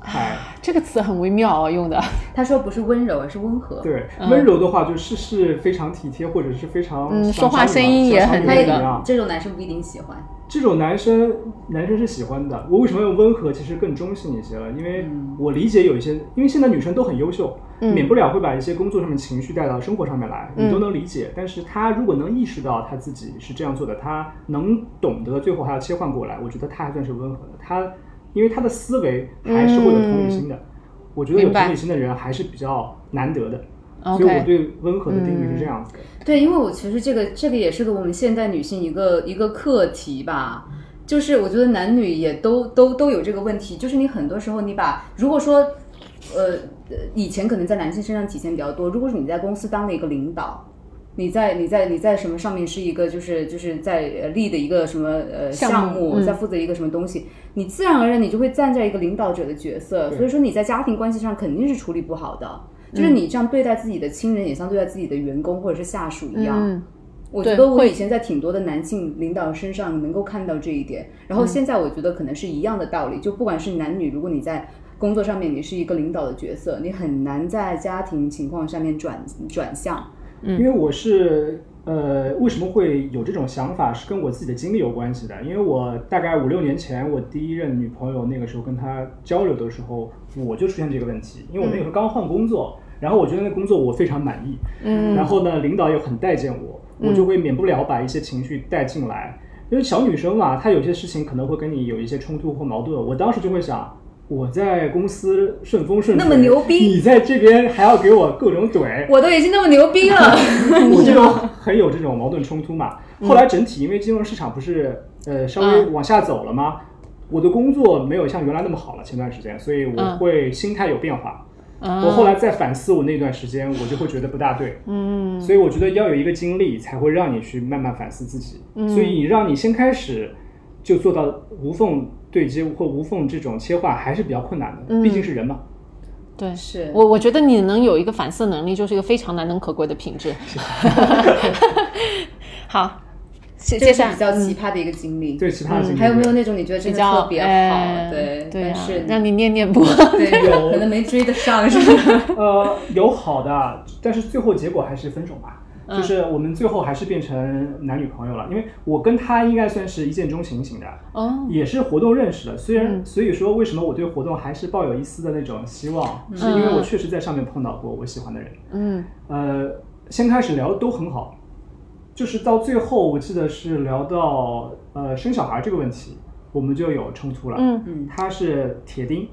Speaker 3: 嗨。
Speaker 4: 这个词很微妙啊，用的。
Speaker 2: 他说不是温柔，而是温和。
Speaker 3: 对，温柔的话就是是非常体贴，或者是非常
Speaker 4: 嗯
Speaker 3: 像
Speaker 4: 说话
Speaker 3: 小女
Speaker 4: 声音
Speaker 3: 孩
Speaker 4: 也
Speaker 3: 像小
Speaker 4: 很
Speaker 3: 女
Speaker 2: 他
Speaker 3: 孩
Speaker 2: 也
Speaker 3: 一样。
Speaker 2: 这种男生不一定喜欢。
Speaker 3: 这种男生，男生是喜欢的。我为什么用温和？其实更中性一些了，因为
Speaker 4: 嗯
Speaker 3: 我理解有一些，因为现在女生都很优秀，免不了会把一些工作上面情绪带到生活上面来，
Speaker 4: 嗯
Speaker 3: 你都能理解。但是她如果能意识到她自己是这样做的，她能懂得最后还要切换过来，我觉得她还算是温和的。她因为她的思维还是会有同理心的，我觉得有
Speaker 4: 嗯明白
Speaker 3: 同理心的人还是比较难得的。所
Speaker 4: OK
Speaker 3: 以我对温和的定义是这样子的。
Speaker 2: 对，因为我其实这个这个也是个我们现代女性一个一个课题吧，就是我觉得男女也都都都有这个问题，就是你很多时候你把如果说，呃，呃以前可能在男性身上体现比较多，如果是你在公司当了一个领导。你在你在你在什么上面是一个就是就是在呃立的一个什么呃
Speaker 4: 项
Speaker 2: 项
Speaker 4: 目
Speaker 2: 目，在负责一个什么东西，你自然而然你就会站在一个领导者的角色，所以说你在家庭关系上肯定是处理不好的，
Speaker 4: 嗯
Speaker 2: 就是你这样对待自己的亲人，也像对待自己的员工或者是下属一样。
Speaker 4: 嗯
Speaker 2: 我觉
Speaker 4: 对
Speaker 2: 得我
Speaker 4: 会
Speaker 2: 以前在挺多的男性领导身上能够看到这一点，然后
Speaker 4: 嗯
Speaker 2: 现在我觉得可能是一样的道理，就不管是男女，如果你在工作上面你是一个领导的角色，你很难在家庭情况下面转转向。
Speaker 3: 因为我是呃，为什么会有这种想法，是跟我自己的经历有关系的。因为我大概五六年前，我第一任女朋友那个时候跟她交流的时候，我就出现这个问题，因为我那个时候刚换工
Speaker 2: 嗯
Speaker 3: 作，然后我觉得那工作我非常满意，
Speaker 4: 嗯
Speaker 3: 然后呢，领导又很待见我，我就会免不了把一些情绪带进来。因为小女生嘛，她有些事情可能会跟你有一些冲突或矛盾，我当时就会想。我在公司顺风顺水，
Speaker 2: 那么牛逼
Speaker 3: 你在这边还要给我各种怼，
Speaker 2: 我都已经那么牛逼 了，
Speaker 3: 我就有
Speaker 4: 嗯
Speaker 3: 很有这
Speaker 4: 嗯
Speaker 3: 种矛盾冲突嘛。后来整体因为金融市场不是呃稍微往下走了吗？我的工作没有像原来那么好了，前段时间，所以我
Speaker 4: 嗯
Speaker 3: 会心态有变化。
Speaker 4: 嗯
Speaker 3: 我后来再反思我那段时间，我就会觉得不大对。
Speaker 4: 嗯
Speaker 3: 所以我觉得要有一个经历，才会让你去慢慢反思自己。
Speaker 4: 嗯
Speaker 3: 所以让你先开始就做到无缝对接或无缝这种切换，还是比较困难的，
Speaker 4: 嗯
Speaker 3: 毕竟是人嘛。
Speaker 4: 对，
Speaker 2: 是
Speaker 4: 我我觉得你能有一个反思能力，就是一个非常难能可贵的品质。 好，接
Speaker 2: 这
Speaker 4: 接
Speaker 2: 是
Speaker 4: 下
Speaker 2: 比较奇葩的一个经历。嗯
Speaker 3: 对，其他的经历、
Speaker 2: 还有没有那种你觉得真
Speaker 4: 嗯
Speaker 2: 的
Speaker 4: 比较
Speaker 2: 特别
Speaker 4: 哎
Speaker 2: 好？对，
Speaker 4: 对哦
Speaker 2: 但
Speaker 4: 啊
Speaker 2: 是，
Speaker 4: 让你念念不忘。
Speaker 2: 对可能没追得上，是吧？
Speaker 3: 呃，有好的，但是最后结果还是分手吧。就是我们最后还是变成男女朋友了，因为我跟他应该算是一见钟情型的，
Speaker 4: 哦，
Speaker 3: 也是活动认识的。虽然、所以说，为什么我对活动还是抱有一丝的那种希望，是因为我确实在上面碰到过我喜欢的人。
Speaker 4: 嗯
Speaker 3: 呃，先开始聊都很好，就是到最后我记得是聊到呃生小孩这个问题，我们就有冲突了。
Speaker 4: 嗯
Speaker 3: 他是铁钉，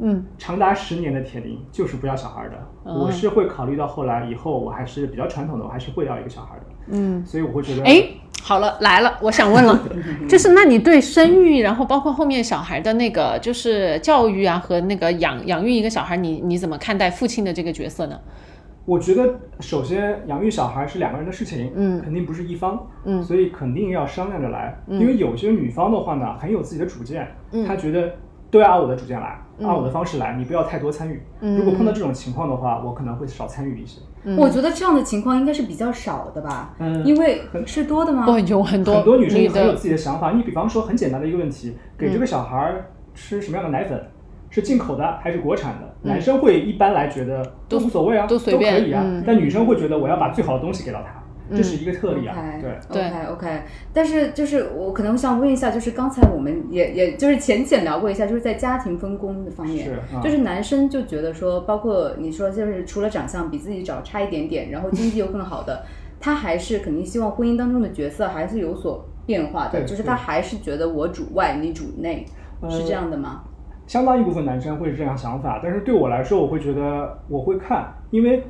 Speaker 4: 嗯
Speaker 3: 长达十年的铁钉，就是不要小孩的。
Speaker 4: 嗯
Speaker 3: 我是会考虑到后来以后，我还是比较传统的，我还是会要一个小孩的，
Speaker 4: 嗯，
Speaker 3: 所以我会觉得，
Speaker 4: 哎，好了，来了，我想问 了，就是那你对生育，然后包括后面小孩的那个就是教育啊和那个养养育一个小孩，你你怎么看待父亲的这个角色呢？
Speaker 3: 我觉得首先养育小孩是两个人的事情，
Speaker 4: 嗯
Speaker 3: 肯定不是一方，
Speaker 4: 嗯
Speaker 3: 所以肯定要商量着来，因为有些女方的话呢，很有自己的主见，
Speaker 4: 嗯
Speaker 3: 她觉得都要按我的主见来，按我的方式来，你不要太多参与。
Speaker 4: 嗯
Speaker 3: 如果碰到这种情况的话，我可能会少参与一些。
Speaker 2: 嗯我觉得这样的情况应该是比较少的吧，
Speaker 3: 嗯
Speaker 2: 因为是多的吗？
Speaker 4: 哦，有很多
Speaker 3: 啊很多女生很有
Speaker 4: 的嗯
Speaker 3: 自己的想法，你比方说很简单的一个问题，给这个小孩儿吃什么样的奶粉？是进口的还是国产的？男生会一般来觉得都无所谓啊，
Speaker 4: 嗯都随便
Speaker 3: 可以啊。
Speaker 4: 嗯
Speaker 3: 但女生会觉得我要把最好的东西给到他，这是一个特例啊。对，
Speaker 4: 对
Speaker 2: o k o k 但是就是我可能想问一下，就是刚才我们也也就是浅浅聊过一下，就是在家庭分工的方面，
Speaker 3: 是啊
Speaker 2: 就是男生就觉得说，包括你说就是除了长相比自己找差一点点，然后经济又更好的，他还是肯定希望婚姻当中的角色还是有所变化的，
Speaker 3: 对
Speaker 2: 就是
Speaker 3: 对
Speaker 2: 他
Speaker 3: 呃
Speaker 2: 还是觉得我主外你主内，是这样的吗？
Speaker 3: 相当一部分男生会是这样想法，但是对我来说，我会觉得我会看，因为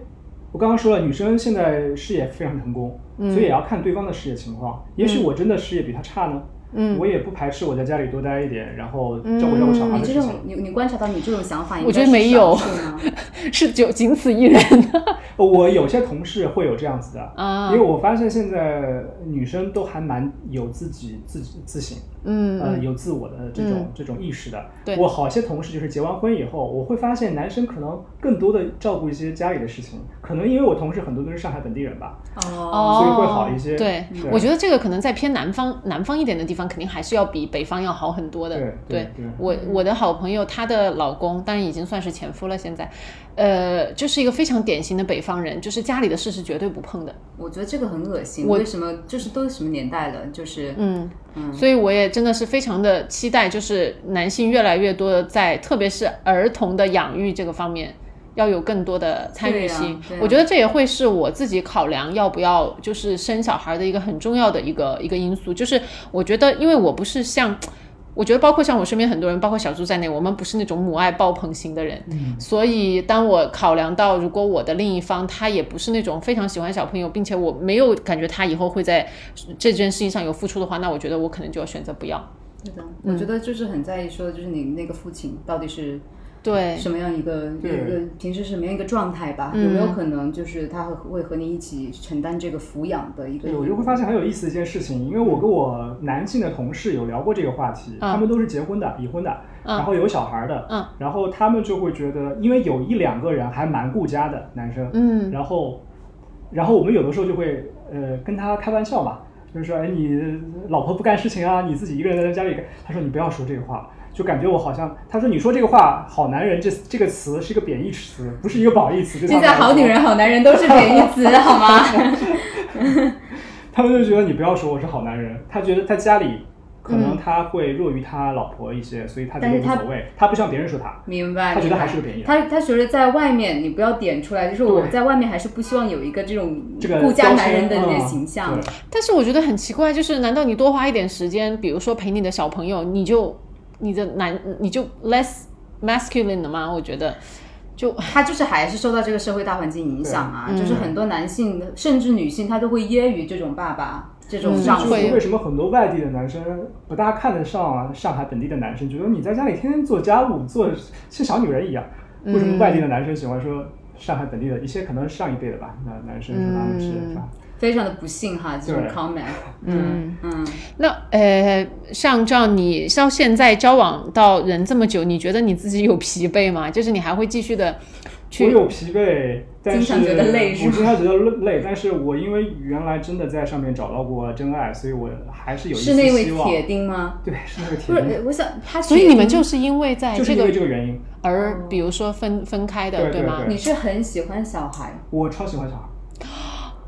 Speaker 3: 我刚刚说了，女生现在事业非常成功，
Speaker 2: 嗯
Speaker 3: 所以也要看对方的事业情况。也许我真的事业比他差呢，
Speaker 4: 嗯
Speaker 3: 我也不排斥我在家里多待一点，然后照顾照顾小
Speaker 2: 嗯
Speaker 3: 孩
Speaker 2: 你
Speaker 3: 的
Speaker 2: 这
Speaker 3: 事
Speaker 2: 种
Speaker 3: 情。
Speaker 2: 你你观察到你这种想法，
Speaker 4: 我觉得没有 是就仅此一人
Speaker 3: 呃我有些同事会有这样子的，
Speaker 4: 啊
Speaker 3: 因为我发现现在女生都还蛮有自己自自省，
Speaker 4: 嗯
Speaker 3: 呃，有自我的这种、
Speaker 4: 嗯
Speaker 3: 这种意识的。
Speaker 4: 对
Speaker 3: 我好些同事就是结完婚以后，我会发现男生可能更多的照顾一些家里的事情，可能因为我同事很多都是上海本地人吧，
Speaker 2: 哦，
Speaker 4: 哦，
Speaker 3: 所以会好一些
Speaker 4: 对，
Speaker 3: 对
Speaker 4: 我觉得这个可能在偏南方南方一点的地方，肯定还是要比北方要好很多的。
Speaker 3: 对对对
Speaker 4: 我我的好朋友，她的老公当然已经算是前夫了，现在，呃，就是一个非常典型的北方人，就是家里的事是绝对不碰的。
Speaker 2: 我觉得这个很恶心，
Speaker 4: 我
Speaker 2: 为什么就是都什么年代了，就是
Speaker 4: 嗯，所以我也真的是非常的期待，就是男性越来越多的在，特别是儿童的养育这个方面，要有更多的参与
Speaker 2: 对
Speaker 4: 性。
Speaker 2: 呀对呀
Speaker 4: 我觉得这也会是我自己考量要不要就是生小孩的一个很重要的一个一个因素。就是我觉得，因为我不是像。我觉得，包括像我身边很多人，包括小猪在内，我们不是那种母爱爆棚型的人，所以当我考量到，如果我的另一方他也不是那种非常喜欢小朋友，并且我没有感觉他以后会在这件事情上有付出的话，那我觉得我可能就要选择不要。
Speaker 2: 对的，
Speaker 4: 嗯
Speaker 2: 我觉得就是很在意说，就是你那个父亲到底是
Speaker 4: 对，嗯
Speaker 2: 什么样一个一
Speaker 3: 对
Speaker 2: 个平时什么样一个状态吧？有没有可能就是他会会和你一起承担这个抚养的一个
Speaker 3: 对，？我就会发现很有意思的一件事情，因为我跟我男性的同事有聊过这个话题，
Speaker 2: 嗯
Speaker 3: 他们都是结婚的、已婚的，然后有小孩的，
Speaker 4: 嗯
Speaker 3: 然后他们就会觉得，因为有一两个人还蛮顾家的男生，
Speaker 4: 嗯
Speaker 3: 然后，然后我们有的时候就会呃跟他开玩笑嘛，就是说，哎，你老婆不干事情啊，你自己一个人在家里干，他说你不要说这个话。就感觉我好像，他说你说这个话“好男人这”这个词是一个贬义词，不是一个褒义词。对他
Speaker 2: 现
Speaker 3: 们
Speaker 2: 在
Speaker 3: 来说
Speaker 2: 好女人、好男人都是贬义词，好 吗？
Speaker 3: 他们就觉得你不要说我是好男人，他觉得他家里可能他会弱于他老婆一些，所以他觉
Speaker 2: 但
Speaker 3: 得
Speaker 2: 是
Speaker 3: 无
Speaker 2: 他
Speaker 3: 所谓，他不像别人说他。
Speaker 2: 明白。
Speaker 3: 他觉
Speaker 2: 明
Speaker 3: 得
Speaker 2: 白
Speaker 3: 还是个贬义
Speaker 2: 他他觉得在外面你不要点出来，就是我
Speaker 3: 对
Speaker 2: 在外面还是不希望有一个这种
Speaker 3: 这个
Speaker 2: 顾家
Speaker 3: 标
Speaker 2: 男人
Speaker 3: 签
Speaker 2: 的一个
Speaker 3: 嗯
Speaker 2: 形象
Speaker 3: 对。
Speaker 4: 但是我觉得很奇怪，就是难道你多花一点时间，比如说陪你的小朋友，你就你的男你就 less masculine 了吗？我觉得就
Speaker 2: 他就是还是受到这个社会大环境影响啊，就是很多男性甚至女性，他都会揶揄这种爸爸。这种
Speaker 3: 这
Speaker 2: 丈
Speaker 3: 就
Speaker 2: 夫。
Speaker 3: 是
Speaker 4: 会
Speaker 3: 为什么很多外地的男生不大看得上上海本地的男生，觉得你在家里天天做家务，做像小女人一样。
Speaker 2: 嗯
Speaker 3: 为什么外地的男生喜欢说上海本地的一些可能上一辈的吧，那男生说他们是
Speaker 4: 嗯
Speaker 3: 是吧？
Speaker 2: 非常的不幸哈，这种
Speaker 3: 对
Speaker 2: comment，
Speaker 4: 嗯，
Speaker 2: 嗯，
Speaker 4: 那呃，像这样，你到现在交往到人这么久，你觉得你自己有疲惫吗？就是你还会继续的
Speaker 3: 我
Speaker 4: 去
Speaker 3: 有疲惫，但是
Speaker 2: 经常觉得累是吗
Speaker 3: 我经常觉得累，但是我因为原来真的在上面找到过真爱，所以我还是有一丝
Speaker 2: 是那位
Speaker 3: 希望。
Speaker 2: 铁钉吗？
Speaker 3: 对，是那个
Speaker 2: 不
Speaker 3: 铁
Speaker 2: 是，哎
Speaker 3: 钉，
Speaker 2: 呃我想他铁钉，
Speaker 4: 所以你们就是因为在
Speaker 3: 嗯就是
Speaker 4: 这
Speaker 3: 因为这
Speaker 4: 个
Speaker 3: 个原因，
Speaker 4: 而，比如说分分开的，
Speaker 3: 对对
Speaker 4: 吗
Speaker 3: 对？
Speaker 2: 你是很喜欢小孩，
Speaker 3: 我超喜欢小孩。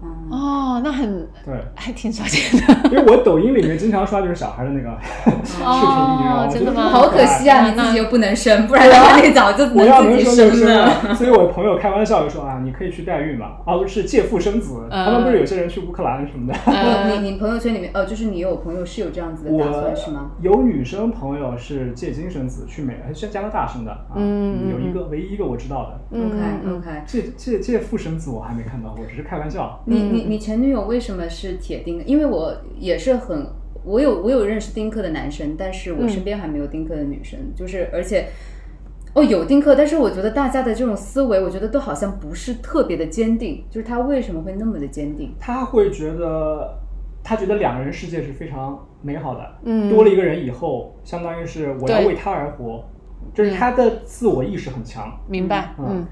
Speaker 2: 嗯，
Speaker 4: 哦，那很
Speaker 3: 对，
Speaker 4: 还挺少见 的。
Speaker 3: 因为我抖音里面经常刷就是小孩的那个视频，你知
Speaker 2: 哦
Speaker 3: 道吗？
Speaker 4: 真的吗
Speaker 2: 好可惜啊，
Speaker 4: 嗯
Speaker 2: 你自己又不能生，不然的话你早就
Speaker 3: 啊我要
Speaker 2: 能
Speaker 3: 能
Speaker 2: 自己
Speaker 3: 生就
Speaker 2: 生
Speaker 3: 生
Speaker 2: 了。
Speaker 3: 啊，所以我朋友开玩笑就说啊，你可以去代孕嘛，啊不是借腹生子，
Speaker 4: 嗯
Speaker 3: 他们不是有些人去乌克兰什么的，
Speaker 2: 你
Speaker 4: 呃，
Speaker 2: 你你朋友圈里面，哦，就是你有朋友是有这样子的打
Speaker 3: 我
Speaker 2: 算是吗？
Speaker 3: 有女生朋友是借精生子去美，还是加拿大生的啊，
Speaker 4: 嗯嗯
Speaker 3: 有一个唯一一个我知道的，
Speaker 2: ？OK OK，
Speaker 3: 借借借腹生子我还没看到过，只是开玩笑。
Speaker 2: 你你你前女友为什么是铁钉？因为我也是很，我有我有认识丁克的男生，但是我身边还没有丁克的女生，就是而且。哦，有丁克，但是我觉得大家的这种思维，我觉得都好像不是特别的坚定。就是他为什么会那么的坚定？
Speaker 3: 他会觉得，他觉得两个人世界是非常美好的，
Speaker 4: 嗯
Speaker 3: 多了一个人以后，相当于是我要
Speaker 4: 对嗯
Speaker 3: 为他而活，就是他的自我意识很强。
Speaker 4: 明白，
Speaker 3: 嗯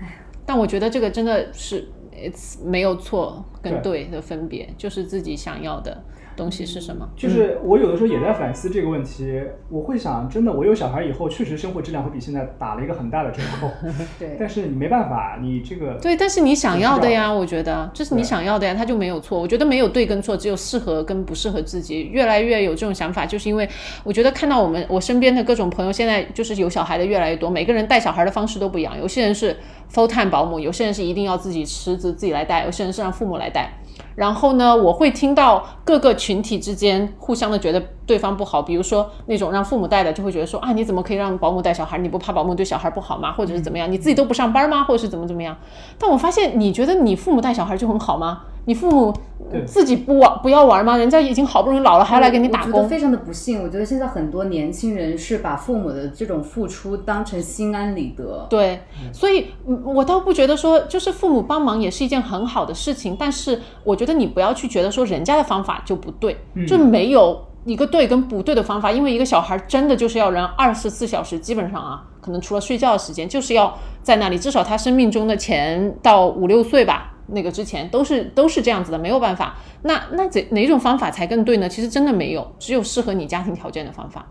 Speaker 4: 嗯。但我觉得这个真的是，it's 没有错跟对
Speaker 3: 对
Speaker 4: 的分别，就是自己想要的东西是什么。
Speaker 3: 就是我有的时候也在反思这个问题，我会想，真的，我有小孩以后，确实生活质量会比现在打了一个很大的折扣。
Speaker 2: 对，
Speaker 3: 但是你没办法，你这个
Speaker 4: 对，但是你想要的
Speaker 3: 我知
Speaker 4: 呀，我觉得这是你
Speaker 3: 对
Speaker 4: 想要的呀，它就没有错。我觉得没有对跟错，只有适合跟不适合自己。越来越有这种想法，就是因为我觉得看到我们我身边的各种朋友，现在就是有小孩的越来越多，每个人带小孩的方式都不一样。有些人是 full time 保姆，有些人是一定要自己辞职自己来带，有些人是让父母来带。然后呢，我会听到各个群体之间互相的觉得对方不好，比如说那种让父母带的，就会觉得说啊，你怎么可以让保姆带小孩？你不怕保姆对小孩不好吗？或者是怎么样？你自己都不上班吗？或者是怎么怎么样？但我发现，你觉得你父母带小孩就很好吗？你父母
Speaker 3: 对
Speaker 4: 自己不玩不要玩吗？人家已经好不容易老了，还要来给你打
Speaker 2: 我觉得
Speaker 4: 工。
Speaker 2: 非常的不幸。我觉得现在很多年轻人是把父母的这种付出当成心安理得。
Speaker 4: 对，所以嗯我倒不觉得说，就是父母帮忙也是一件很好的事情，但是我觉得你不要去觉得说人家的方法就不对，就没有一个对跟不对的方法，因为一个小孩真的就是要人二十四小时，基本上啊，可能除了睡觉的时间，就是要在那里，至少他生命中的前到五六岁吧。那个之前都是都是这样子的，没有办法。那那怎哪种方法才更对呢？其实真的没有，只有适合你家庭条件的方法。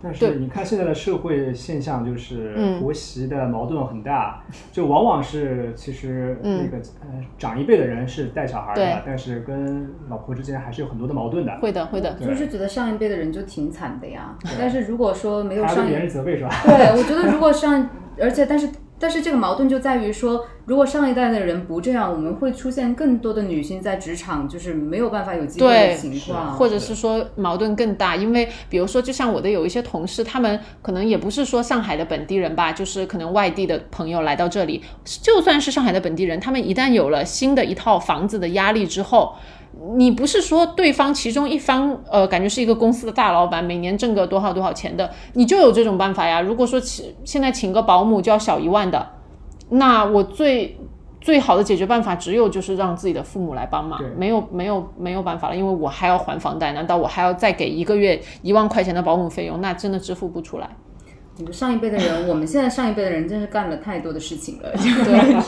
Speaker 3: 但
Speaker 4: 对
Speaker 3: 是你看现在的社会现象，就是
Speaker 4: 嗯
Speaker 3: 婆媳的矛盾很大，就往往是其实那个、呃长一辈的人是带小孩
Speaker 4: 嗯对
Speaker 3: 的，但是跟老婆之间还是有很多的矛盾的。
Speaker 4: 会的，会的。
Speaker 3: 对
Speaker 2: 就是觉得上一辈的人就挺惨的呀，但是如果说没有
Speaker 3: 还要
Speaker 2: 上
Speaker 3: 被
Speaker 2: 一
Speaker 3: 别人责备是吧？
Speaker 2: 对，我觉得如果上，而且但是但是这个矛盾就在于说，如果上一代的人不这样，我们会出现更多的女性在职场就是没有办法有机会
Speaker 4: 对
Speaker 2: 的情况，
Speaker 4: 或者是说矛盾更大，因为比如说，就像我的有一些同事，他们可能也不是说上海的本地人吧，就是可能外地的朋友来到这里，就算是上海的本地人，他们一旦有了新的一套房子的压力之后。你不是说对方其中一方，呃，感觉是一个公司的大老板，每年挣个多少多少钱的，你就有这种办法呀。如果说请现在请个保姆就要小一万的，那我最最好的解决办法只有就是让自己的父母来帮忙
Speaker 3: 对，
Speaker 4: 没有没有没有办法了，因为我还要还房贷，难道我还要再给一个月一万块钱的保姆费用？那真的支付不出来。
Speaker 2: 我觉得上一辈的人，我们现在上一辈的人真是干了太多的事情 了，就是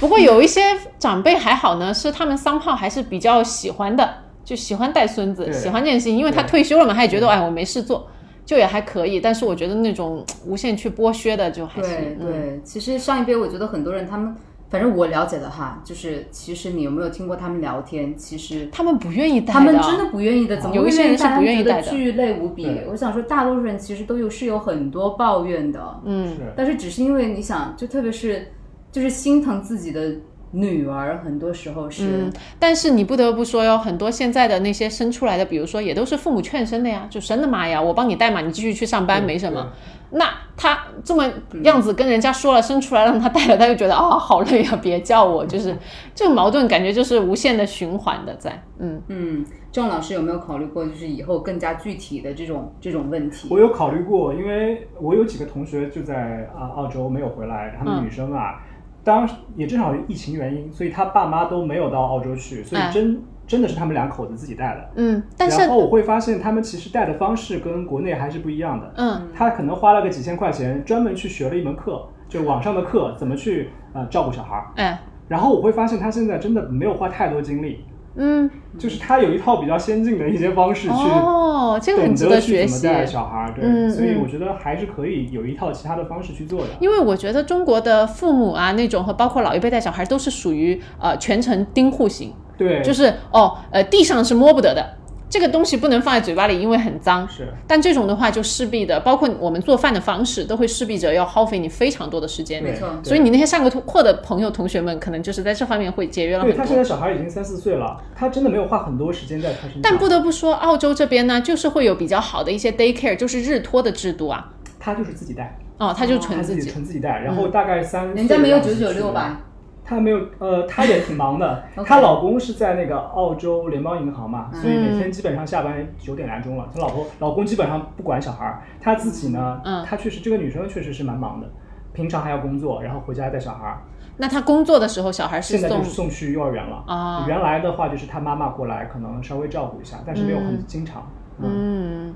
Speaker 4: 不过有一些长辈还好呢，是他们桑炮还是比较喜欢的，就喜欢带孙子，
Speaker 3: 对
Speaker 4: 喜欢这件事情，因为他
Speaker 3: 对
Speaker 4: 退休了嘛，他也觉
Speaker 2: 嗯
Speaker 4: 得哎我没事做，就也还可以。但是我觉得那种无限去剥削的就还是
Speaker 2: 对
Speaker 4: 嗯
Speaker 2: 对，其实上一辈我觉得很多人他们，反正我了解的哈，就是其实你有没有听过他们聊天？其实
Speaker 4: 他们不愿意带的，
Speaker 2: 他
Speaker 4: 啊
Speaker 2: 们真的不愿意的，怎么
Speaker 4: 有
Speaker 2: 会
Speaker 4: 一些
Speaker 2: 愿
Speaker 4: 人
Speaker 2: 意
Speaker 4: 是
Speaker 2: 带？他
Speaker 4: 不
Speaker 2: 们
Speaker 4: 愿
Speaker 2: 觉
Speaker 4: 意
Speaker 2: 得
Speaker 4: 带的
Speaker 2: 巨累无比
Speaker 3: 对。
Speaker 2: 我想说，大多数人其实都有是有很多抱怨的，
Speaker 4: 嗯
Speaker 3: 是
Speaker 2: 但是只是因为你想，就特别是就是心疼自己的女儿很多时候是、
Speaker 4: 嗯，但是你不得不说哟，很多现在的那些生出来的，比如说也都是父母劝生的呀，就生的妈呀，我帮你带嘛，你继续去上班没什么。那他这么样子跟人家说了，生出来让他带了，他就觉得啊、好累啊，别叫我， 就是这个矛盾感觉就是无限的循环的在，嗯，
Speaker 2: 嗯，郑老师有没有考虑过，就是以后更加具体的这种这种问题？
Speaker 3: 我有考虑过，因为我有几个同学就在啊澳洲没有回来，她们
Speaker 4: 嗯
Speaker 3: 女生啊，当时也正好疫情原因，所以她爸妈都没有到澳洲去，所以
Speaker 4: 哎
Speaker 3: 真、真的是他们两口子自己带的。
Speaker 4: 嗯，但是
Speaker 3: 然后我会发现，他们其实带的方式跟国内还是不一样的。
Speaker 4: 嗯
Speaker 3: 他可能花了个几千块钱，专门去学了一门课，就网上的课，怎么去呃照顾小孩儿。
Speaker 4: 哎
Speaker 3: 然后我会发现，他现在真的没有花太多精力，
Speaker 4: 嗯
Speaker 3: 就是他有一套比较先进的一些方式去
Speaker 4: 哦，这个很
Speaker 3: 懂
Speaker 4: 值
Speaker 3: 得
Speaker 4: 得
Speaker 3: 去
Speaker 4: 学
Speaker 3: 怎么
Speaker 4: 习。
Speaker 3: 带小孩儿。对，
Speaker 4: 嗯
Speaker 3: 所以
Speaker 4: 嗯
Speaker 3: 我觉得还是可以有一套其他的方式去做的。
Speaker 4: 因为我觉得中国的父母啊，那种和包括老一辈带小孩都是属于呃全程盯护型，
Speaker 3: 对，
Speaker 4: 就是哦呃地上是摸不得的，这个东西不能放在嘴巴里，因为很脏。
Speaker 3: 是
Speaker 4: 但这种的话就势必的，包括我们做饭的方式，都会势必着要耗费你非常多的时间。
Speaker 2: 没错
Speaker 3: 对
Speaker 4: 所以你那些上过课的朋友、同学们，可能就是在这方面会节约了
Speaker 3: 对
Speaker 4: 很
Speaker 3: 他
Speaker 4: 多
Speaker 3: 现。在小孩已经三四岁了，他真的没有花很多时间在他身上。
Speaker 4: 但不得不说，澳洲这边呢，就是会有比较好的一些 daycare，就是日托的制度啊。
Speaker 3: 他就是自己带，
Speaker 4: 哦，他就
Speaker 3: 他
Speaker 4: 纯
Speaker 3: 自
Speaker 4: 自己。
Speaker 3: 纯自己带，然后大概三岁
Speaker 2: 嗯人家没有
Speaker 3: 到
Speaker 2: 九
Speaker 3: 四
Speaker 2: 九
Speaker 3: 岁
Speaker 2: 六吧？。
Speaker 3: 她没有，呃，她也挺忙 的
Speaker 2: OK
Speaker 3: 她老公是在那个澳洲联邦银行嘛，
Speaker 2: 嗯
Speaker 3: 所以每天基本上下班九点来钟了。她老婆老公基本上不管小孩儿，她自己呢，
Speaker 4: 嗯
Speaker 3: 她确实这个女生确实是蛮忙的，平常还要工作，然后回家带小孩儿。
Speaker 4: 那他工作的时候，小孩是
Speaker 3: 现在
Speaker 4: 送
Speaker 3: 就是送去幼儿园了。
Speaker 4: 啊？
Speaker 3: 原来的话就是她妈妈过来，可能稍微照顾一下，但是没有很经常。嗯，
Speaker 4: 嗯，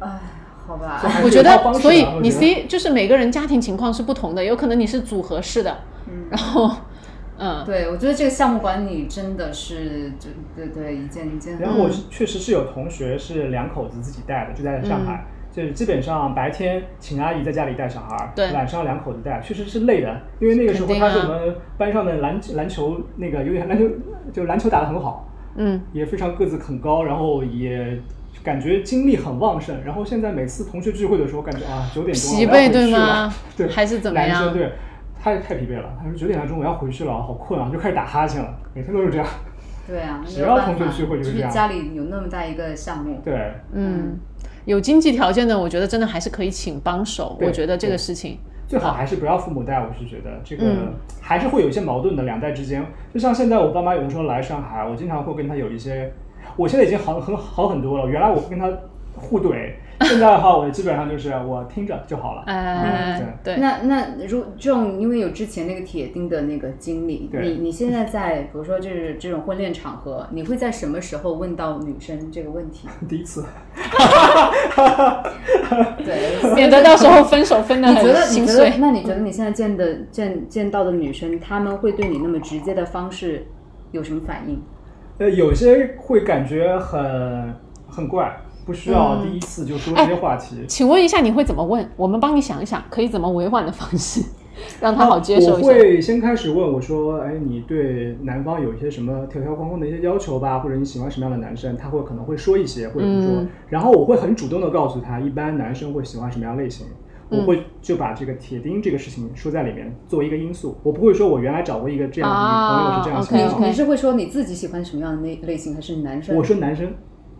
Speaker 2: 哎，好吧
Speaker 3: 所以，还是
Speaker 4: 我觉
Speaker 3: 有套
Speaker 4: 得，
Speaker 3: 方式
Speaker 4: 所以
Speaker 3: 的我
Speaker 4: 你
Speaker 3: 觉得
Speaker 4: C 就是每个人家庭情况是不同的，有可能你是组合式的，
Speaker 2: 嗯，
Speaker 4: 然后，嗯，
Speaker 2: 对，我觉得这个项目管理真的是，就对对，一件一件。嗯
Speaker 3: 然后我
Speaker 4: 嗯
Speaker 3: 是确实是有同学是两口子自己带的，就在上
Speaker 4: 嗯
Speaker 3: 海，就是基本上白天请阿姨在家里带小孩儿，
Speaker 4: 对
Speaker 3: 晚上两口子带，确实是累的，因为那个时候
Speaker 4: 肯定啊
Speaker 3: 他是我们班上的篮篮球那个有点篮球就篮球打得很好，
Speaker 4: 嗯，
Speaker 3: 也非常个子很高，然后也。感觉精力很旺盛，然后现在每次同学聚会的时候，感觉啊九 点钟了
Speaker 4: 疲
Speaker 3: 我要
Speaker 4: 惫
Speaker 3: 回
Speaker 4: 对
Speaker 3: 去了
Speaker 4: 吗？
Speaker 3: 对，
Speaker 4: 还是怎么
Speaker 3: 男
Speaker 4: 样
Speaker 3: 生？对，太太疲惫了。他说九点来钟我要回去了，好困啊，就开始打哈欠了，每天都是这样。
Speaker 2: 对啊，没
Speaker 3: 只
Speaker 2: 有
Speaker 3: 要
Speaker 2: 办
Speaker 3: 同学
Speaker 2: 法，
Speaker 3: 聚会就
Speaker 2: 就是是
Speaker 3: 这样
Speaker 2: 家里有那么大一个项目，
Speaker 3: 对，
Speaker 4: 嗯，有经济条件的，我觉得真的还是可以请帮手。
Speaker 3: 对
Speaker 4: 我觉得这个事情，
Speaker 3: 最好还是不要父母带，我是觉得这个
Speaker 4: 嗯
Speaker 3: 还是会有一些矛盾的，两代之间。就像现在我爸妈有的时候来上海，哎我经常会跟他有一些，我现在已经好很好很多了。原来我会跟他互怼，现在的话我基本上就是我听着就好了。
Speaker 4: 哎、
Speaker 3: 嗯
Speaker 4: 对，
Speaker 2: 那那如这种，因为有之前那个铁钉的那个经历，
Speaker 3: 对
Speaker 2: 你你现在在，比如说就是这种婚恋场合，你会在什么时候问到女生这个问题？
Speaker 3: 第一次，
Speaker 2: 对，
Speaker 4: 免得到时候分手分的
Speaker 2: 你觉
Speaker 4: 很
Speaker 2: 得你
Speaker 4: 心
Speaker 2: 觉得
Speaker 4: 碎。
Speaker 2: 那你觉得你现在见的见见到的女生，她们会对你那么直接的方式有什么反应？
Speaker 3: 呃，有些会感觉很很怪，不需要第一次就说这些话题。
Speaker 4: 请问一下，你会怎么问？我们帮你想一想，可以怎么委婉的方式，让他好接受
Speaker 3: 啊我
Speaker 4: 一下。
Speaker 3: 会先开始问我说：“哎，你对男方有一些什么条条框框的一些要求吧？或者你喜欢什么样的男生？”他会可能会说一些，或者不说。
Speaker 4: 嗯
Speaker 3: 然后我会很主动的告诉他，一般男生会喜欢什么样类型。
Speaker 4: 嗯
Speaker 3: 我会就把这个铁钉这个事情说在里面，作为一个因素。我不会说我原来找过一个这样的女朋友是这样
Speaker 4: 对
Speaker 3: 想
Speaker 2: 你
Speaker 3: 的。
Speaker 4: OK
Speaker 2: 你是会说你自己喜欢什么样的类类型，还是男生？
Speaker 3: 我说男生，